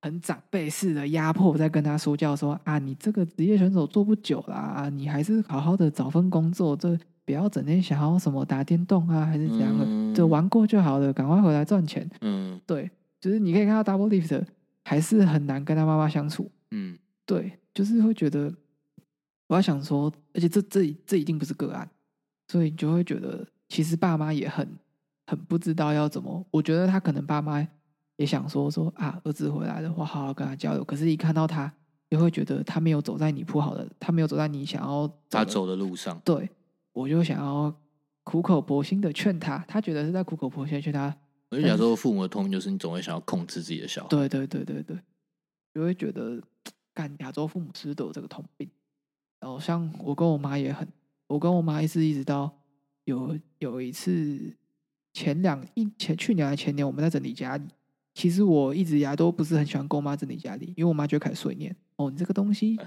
[SPEAKER 1] 很长辈式的压迫在跟他说教说啊，你这个职业选手做不久啦，啊，你还是好好的找份工作，这不要整天想要什么打电动啊，还是怎样的，
[SPEAKER 2] 嗯
[SPEAKER 1] 就玩过就好了，赶快回来赚钱。
[SPEAKER 2] 嗯
[SPEAKER 1] 对，就是你可以看到 Double Lift 还是很难跟他妈妈相处。
[SPEAKER 2] 嗯
[SPEAKER 1] 对，就是会觉得，我在想说，而且这这这一定不是个案，所以你就会觉得，其实爸妈也很很不知道要怎么。我觉得他可能爸妈也想说说啊，儿子回来了，我好好跟他交流。可是，一看到他，又会觉得他没有走在你铺好的，他没有走在你想要的
[SPEAKER 2] 他走的路上，
[SPEAKER 1] 对，我就想要苦口婆心的劝他，他觉得是在苦口婆心地劝他。
[SPEAKER 2] 我就想说，父母的通病就是你总会想要控制自己的小孩，
[SPEAKER 1] 对对对对对，就会觉得，干亚洲父母是不是都有这个通病？然后像我跟我妈也很，我跟我妈也是一直到有有一次前两一前去年还前年我们在整理家里，其实我一直以来都不是很喜欢跟我妈整理家里，因为我妈就会开始碎念：“哦，你这个东西，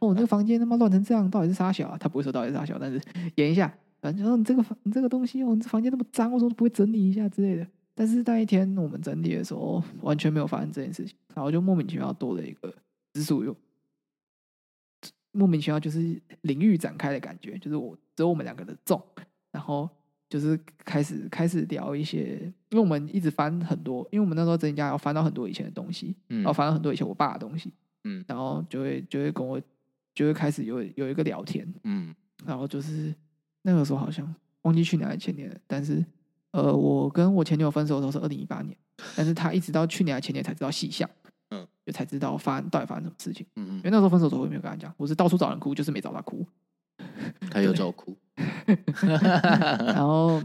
[SPEAKER 1] 哦，你这个房间他妈乱成这样，到底是啥小、啊？”她不会说到底是啥小，但是 *laughs* 演一下，反正就说你这个房你这个东西，哦，你这房间那么脏，为什么都不会整理一下之类的。但是那一天我们整理的时候，完全没有发生这件事情，然后就莫名其妙多了一个只属于莫名其妙就是领域展开的感觉，就是我只有我们两个的重，然后就是开始开始聊一些，因为我们一直翻很多，因为我们那时候整理家要翻到很多以前的东西，
[SPEAKER 2] 嗯
[SPEAKER 1] 然后翻到很多以前我爸的东西，
[SPEAKER 2] 嗯
[SPEAKER 1] 然后就会就会跟我就会开始有有一个聊天，
[SPEAKER 2] 嗯
[SPEAKER 1] 然后就是那个时候好像忘记去年还是前年了，但是呃，我跟我前女友分手的时候是二零一八年，但是她一直到去年还前年才知道细项，
[SPEAKER 2] 嗯，
[SPEAKER 1] 就才知道发到底发生什么事情。
[SPEAKER 2] 嗯
[SPEAKER 1] 因为那时候分手的时候我也没有跟她讲，我是到处找人哭，就是没找她哭。
[SPEAKER 2] 嗯，他有照顾，
[SPEAKER 1] *laughs*
[SPEAKER 2] 嗯
[SPEAKER 1] 然后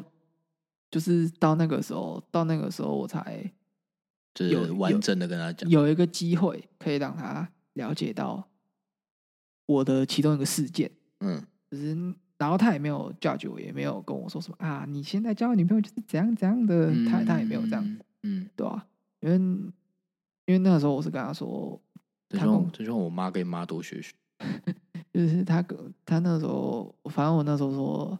[SPEAKER 1] 就是到那个时候，到那个时候我才
[SPEAKER 2] 就
[SPEAKER 1] 有
[SPEAKER 2] 是
[SPEAKER 1] 有
[SPEAKER 2] 完整的跟他讲，
[SPEAKER 1] 有一个机会可以让她了解到我的其中一个事件。
[SPEAKER 2] 嗯
[SPEAKER 1] 就是，然后他也没有 judge 我，也没有跟我说什么啊，你现在交的女朋友就是怎样怎样的，他他也没有这样，，
[SPEAKER 2] 嗯，
[SPEAKER 1] 对吧、啊因为因为那个时候我是跟他说，
[SPEAKER 2] 这
[SPEAKER 1] 他
[SPEAKER 2] 就
[SPEAKER 1] 跟
[SPEAKER 2] 让
[SPEAKER 1] 我
[SPEAKER 2] 这就让我妈跟你妈多学学，
[SPEAKER 1] 就是他跟他那时候，反正我那时候说，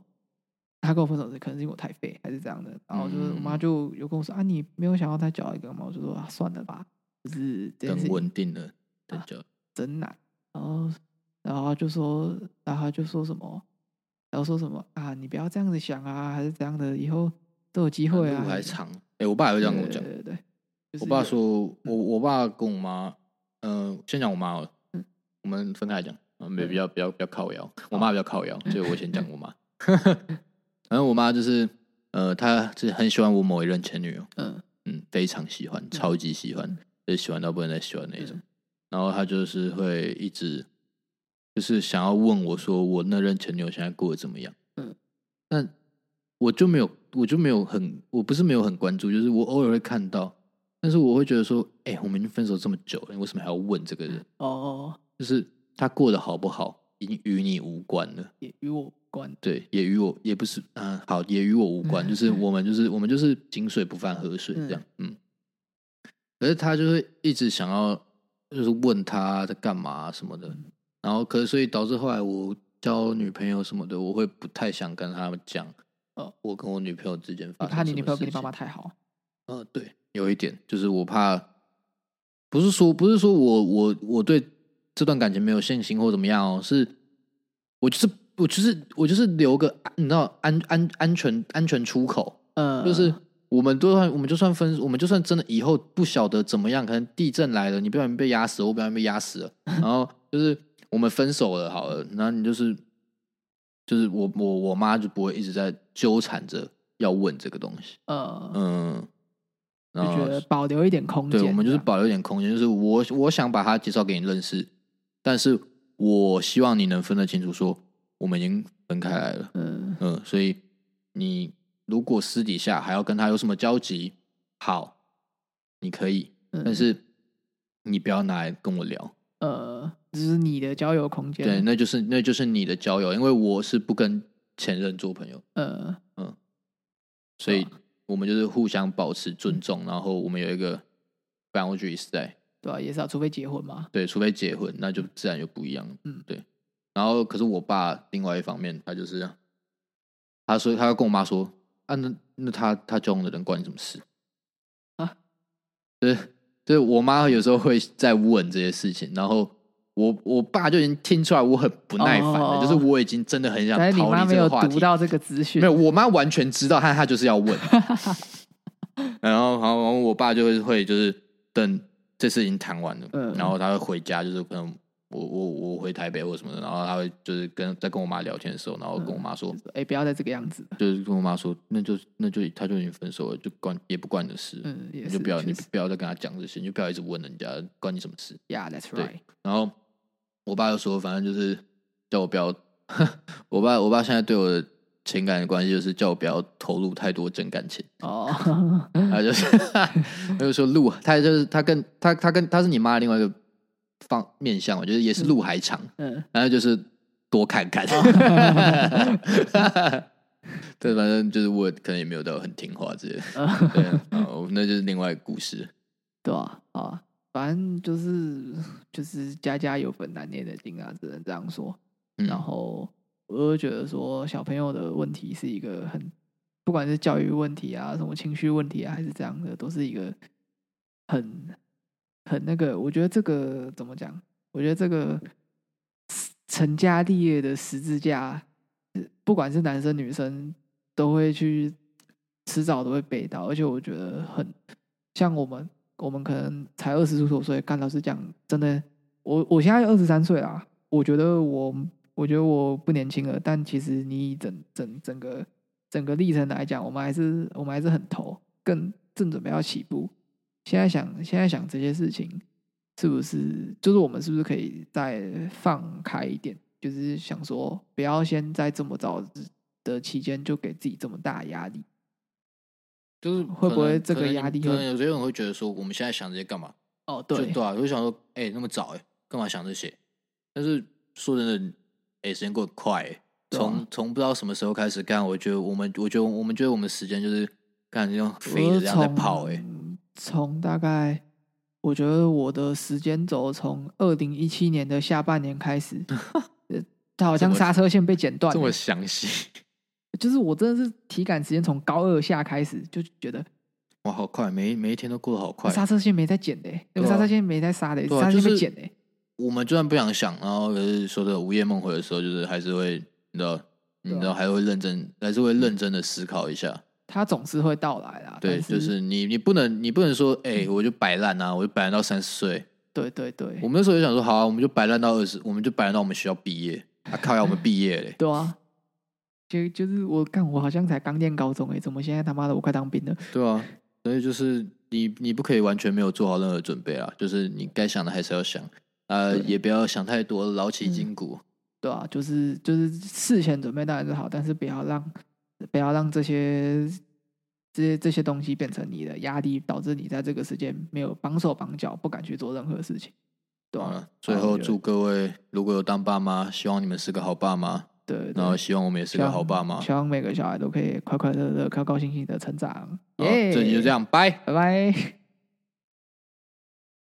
[SPEAKER 1] 他跟我分手是可能是因为我太废还是这样的，然后就是我妈
[SPEAKER 2] 嗯
[SPEAKER 1] 就有跟我说啊，你没有想要再交一个吗？我就说、啊、算了吧，就是这件
[SPEAKER 2] 等
[SPEAKER 1] 事情
[SPEAKER 2] 稳定了再讲，
[SPEAKER 1] 真难。然后，然后他就说，然后他就说什么，然后说什么啊，你不要这样子想啊，还是怎样的，以后都有机会啊。
[SPEAKER 2] 路
[SPEAKER 1] 还
[SPEAKER 2] 还
[SPEAKER 1] 是
[SPEAKER 2] 长。哎，我爸也会这样跟我
[SPEAKER 1] 对
[SPEAKER 2] 讲，
[SPEAKER 1] 对对对，就是
[SPEAKER 2] 我爸
[SPEAKER 1] 有，嗯
[SPEAKER 2] 说，我我爸跟我妈，嗯、先讲我妈好了，我们分开来讲，啊，没
[SPEAKER 1] 嗯
[SPEAKER 2] 比较比较比较靠腰，我妈比较
[SPEAKER 1] *laughs*
[SPEAKER 2] 靠腰，所以我先讲我妈。 *laughs* 然后我妈就是，呃，她是很喜欢我某一任前女友，
[SPEAKER 1] 嗯
[SPEAKER 2] 嗯，非常喜欢，超级喜欢，就是喜欢到不能再喜欢那一种。然后她就是会一直，就是想要问我说，我那任前女友现在过得怎么样？
[SPEAKER 1] 嗯，
[SPEAKER 2] 但我就没有，我就没有很，我不是没有很关注，就是我偶尔会看到，但是我会觉得说，哎、我们已经分手这么久了，你为什么还要问这个人？
[SPEAKER 1] 哦，
[SPEAKER 2] 就是他过得好不好，已经与你无关了。
[SPEAKER 1] 也与我无关。
[SPEAKER 2] 对，也与我也不是，嗯、好，也与我无关。
[SPEAKER 1] 嗯
[SPEAKER 2] 就是我们就是我们就是井水不犯河水这样，嗯。可是他就是一直想要，就是问他在干嘛、什么
[SPEAKER 1] 嗯
[SPEAKER 2] 的，然后可是所以导致后来我交女朋友什么的，我会不太想跟他们讲，
[SPEAKER 1] 哦
[SPEAKER 2] 呃，我跟我女朋友之间发
[SPEAKER 1] 你
[SPEAKER 2] 生
[SPEAKER 1] 怕你女朋友
[SPEAKER 2] 什么
[SPEAKER 1] 跟你
[SPEAKER 2] 事
[SPEAKER 1] 爸
[SPEAKER 2] 情
[SPEAKER 1] 妈太好，
[SPEAKER 2] 嗯，对，有一点就是我怕，不是说不是说我我我对这段感情没有信心或怎么样哦，是我就是我就是我就是留个你知道安安安全安全出口，
[SPEAKER 1] 嗯，
[SPEAKER 2] 就是我们都算我们就算分我们就算真的以后不晓得怎么样，可能地震来了，你不小心被压死了，我不小心被压死了，然后就是我们分手了好了，然后你就是就是我我我妈就不会一直在纠缠着要问这个东西。
[SPEAKER 1] 呃，
[SPEAKER 2] 嗯，
[SPEAKER 1] 就
[SPEAKER 2] 然后
[SPEAKER 1] 觉得保留一点空间
[SPEAKER 2] 对
[SPEAKER 1] 这样。
[SPEAKER 2] 我们就是保留一点空间，就是我我想把他介绍给你认识，但是我希望你能分得清楚说，我们已经分开来了，
[SPEAKER 1] 嗯
[SPEAKER 2] 嗯，所以你如果私底下还要跟他有什么交集，好，你可以，
[SPEAKER 1] 嗯
[SPEAKER 2] 但是你不要拿来跟我聊，
[SPEAKER 1] 呃，这是你的交友空间。
[SPEAKER 2] 对，，那就是那就是你的交友，因为我是不跟前任做朋友，
[SPEAKER 1] 呃，
[SPEAKER 2] 所以我们就是互相保持尊重，然后我们有一个 boundaries 在。
[SPEAKER 1] 对吧？也是啊，除非结婚嘛。
[SPEAKER 2] 对，除非结婚，那就自然就不一样了。
[SPEAKER 1] 嗯
[SPEAKER 2] 嗯，对。然后，可是我爸另外一方面，他就是，他说他要跟我妈说，啊，那那他他交往的人关你什么事
[SPEAKER 1] 啊？
[SPEAKER 2] 就是就是我妈有时候会在问这些事情，然后我我爸就已经听出来我很不耐烦了，
[SPEAKER 1] 哦
[SPEAKER 2] 就是我已经真的很想
[SPEAKER 1] 但是你
[SPEAKER 2] 逃
[SPEAKER 1] 妈
[SPEAKER 2] 离
[SPEAKER 1] 没
[SPEAKER 2] 这
[SPEAKER 1] 有
[SPEAKER 2] 个话题
[SPEAKER 1] 读。到这个资讯，
[SPEAKER 2] 没有，我妈完全知道，但她就是要问。 *laughs* 然后，然后，然后我爸就会会就是等这次已经谈完了，
[SPEAKER 1] 嗯
[SPEAKER 2] 然后他会回家，就是可能我我我回台北或什么的，然后他会就是跟在跟我妈聊天的时候，然后跟我妈说，
[SPEAKER 1] 就是说，哎，不要再这个样子了。
[SPEAKER 2] 就是跟我妈说，那就那就他就已经分手了，就关也不关你的事，
[SPEAKER 1] 嗯，也
[SPEAKER 2] 你
[SPEAKER 1] 是，
[SPEAKER 2] 就不要
[SPEAKER 1] 确
[SPEAKER 2] 你
[SPEAKER 1] 实
[SPEAKER 2] 不要再跟他讲这些，你就不要一直问人家关你什么事。
[SPEAKER 1] Yeah，that's
[SPEAKER 2] 对
[SPEAKER 1] right。
[SPEAKER 2] 然后我爸就说，反正就是叫我不要， *laughs* 我爸我爸现在对我的情感的关系就是叫我不要投入太多
[SPEAKER 1] *laughs*
[SPEAKER 2] 真感情，
[SPEAKER 1] 哦，
[SPEAKER 2] 他就是他就说路，他就是他跟他他跟他是你妈的另外一个方面向，我觉得也是路还长，
[SPEAKER 1] 嗯， *laughs*
[SPEAKER 2] 然后就是多看看，对，反正就是我可能也没有到很听话之类的。
[SPEAKER 1] 呃
[SPEAKER 2] 对，好，那就是另外一个故事。
[SPEAKER 1] 对吧、啊？啊，反正就是就是家家有本难念的经啊，只能这样说。
[SPEAKER 2] 嗯
[SPEAKER 1] 然后我就觉得说，小朋友的问题是一个很，不管是教育问题啊，什么情绪问题啊，还是这样的，都是一个很很那个。我觉得这个怎么讲？我觉得这个成家立业的十字架，呃不管是男生女生，都会去迟早都会背到。而且我觉得很像我们，我们可能才二十出头岁，干老师讲，真的，我我现在二十三岁啦，我觉得我我觉得我不年轻了，但其实你以整整整个整个历程来讲，我们还是我们还是很头，更正准备要起步。现在想现在想这些事情，是不是就是我们是不是可以再放开一点？就是想说，不要先在这么早之的期间就给自己这么大的压力。
[SPEAKER 2] 就是
[SPEAKER 1] 会不
[SPEAKER 2] 可能
[SPEAKER 1] 会这个
[SPEAKER 2] 可能
[SPEAKER 1] 压力
[SPEAKER 2] 可
[SPEAKER 1] 会
[SPEAKER 2] 能有些人会觉得说，我们现在想这些干嘛？
[SPEAKER 1] 哦，
[SPEAKER 2] 就
[SPEAKER 1] 对
[SPEAKER 2] 对啊，我就想说，哎、那么早哎、干嘛想这些？但是说真的，哎、时间过得很快、欸，
[SPEAKER 1] 对啊
[SPEAKER 2] 从从、不知道什么时候开始干，我觉得我们，我觉得我们觉得我们时间就是干这种飞
[SPEAKER 1] 我
[SPEAKER 2] 着这样在
[SPEAKER 1] 从
[SPEAKER 2] 跑哎、
[SPEAKER 1] 从大概，我觉得我的时间轴从二零一七年的下半年开
[SPEAKER 2] *laughs*
[SPEAKER 1] 始，呃它好像
[SPEAKER 2] 这么
[SPEAKER 1] 刹车线被剪断
[SPEAKER 2] 这么
[SPEAKER 1] 了，
[SPEAKER 2] 详细，
[SPEAKER 1] 就是我真的是体感时间从高二下开始就觉得
[SPEAKER 2] 哇，好快，每一每一天都过得好快。
[SPEAKER 1] 刹车线没在剪的欸、那个
[SPEAKER 2] 对啊
[SPEAKER 1] 刹车线没在刹的欸，
[SPEAKER 2] 对啊
[SPEAKER 1] 刹车线
[SPEAKER 2] 就
[SPEAKER 1] 被
[SPEAKER 2] 是
[SPEAKER 1] 剪的欸，
[SPEAKER 2] 我们就算不想想，然后可是说的午夜梦回的时候，就是还是会，你知道，你知
[SPEAKER 1] 对啊
[SPEAKER 2] 道还会认真，还是会认真的思考一下。
[SPEAKER 1] 它总是会到来啦。
[SPEAKER 2] 对，
[SPEAKER 1] 但
[SPEAKER 2] 就是你，你不能，你不能说，
[SPEAKER 1] 嗯
[SPEAKER 2] 哎、我就摆烂啊，我就摆烂到三十岁。
[SPEAKER 1] 对对对！
[SPEAKER 2] 我，们那时候就想说，好啊，我们就摆烂到二十，我们就摆烂到我们学校毕业。啊靠呀，我们毕业嘞
[SPEAKER 1] 对啊，就就是我干，我好像才刚念高中哎、怎么现在他妈的我快当兵了？
[SPEAKER 2] 对啊，所以就是你，你不可以完全没有做好任何准备啊，就是你该想的还是要想，呃，
[SPEAKER 1] 对
[SPEAKER 2] 也不要想太多，劳其筋骨。
[SPEAKER 1] 对啊，就是就是事前准备当然是好，但是不要让不要让这些这些这些东西变成你的压力，导致你在这个时间没有绑手绑脚，不敢去做任何事情，对
[SPEAKER 2] 好
[SPEAKER 1] 啊
[SPEAKER 2] 了，最
[SPEAKER 1] 啊我
[SPEAKER 2] 后
[SPEAKER 1] 觉得
[SPEAKER 2] 祝各位如果有当爸妈，希望你们是个好爸妈。
[SPEAKER 1] 对，对
[SPEAKER 2] 然后希望我们也是个好爸妈。
[SPEAKER 1] 希望每个小孩都可以快快乐乐、高高兴兴的成长。
[SPEAKER 2] 好，
[SPEAKER 1] 耶、
[SPEAKER 2] 这集就这，样，拜。
[SPEAKER 1] 拜拜。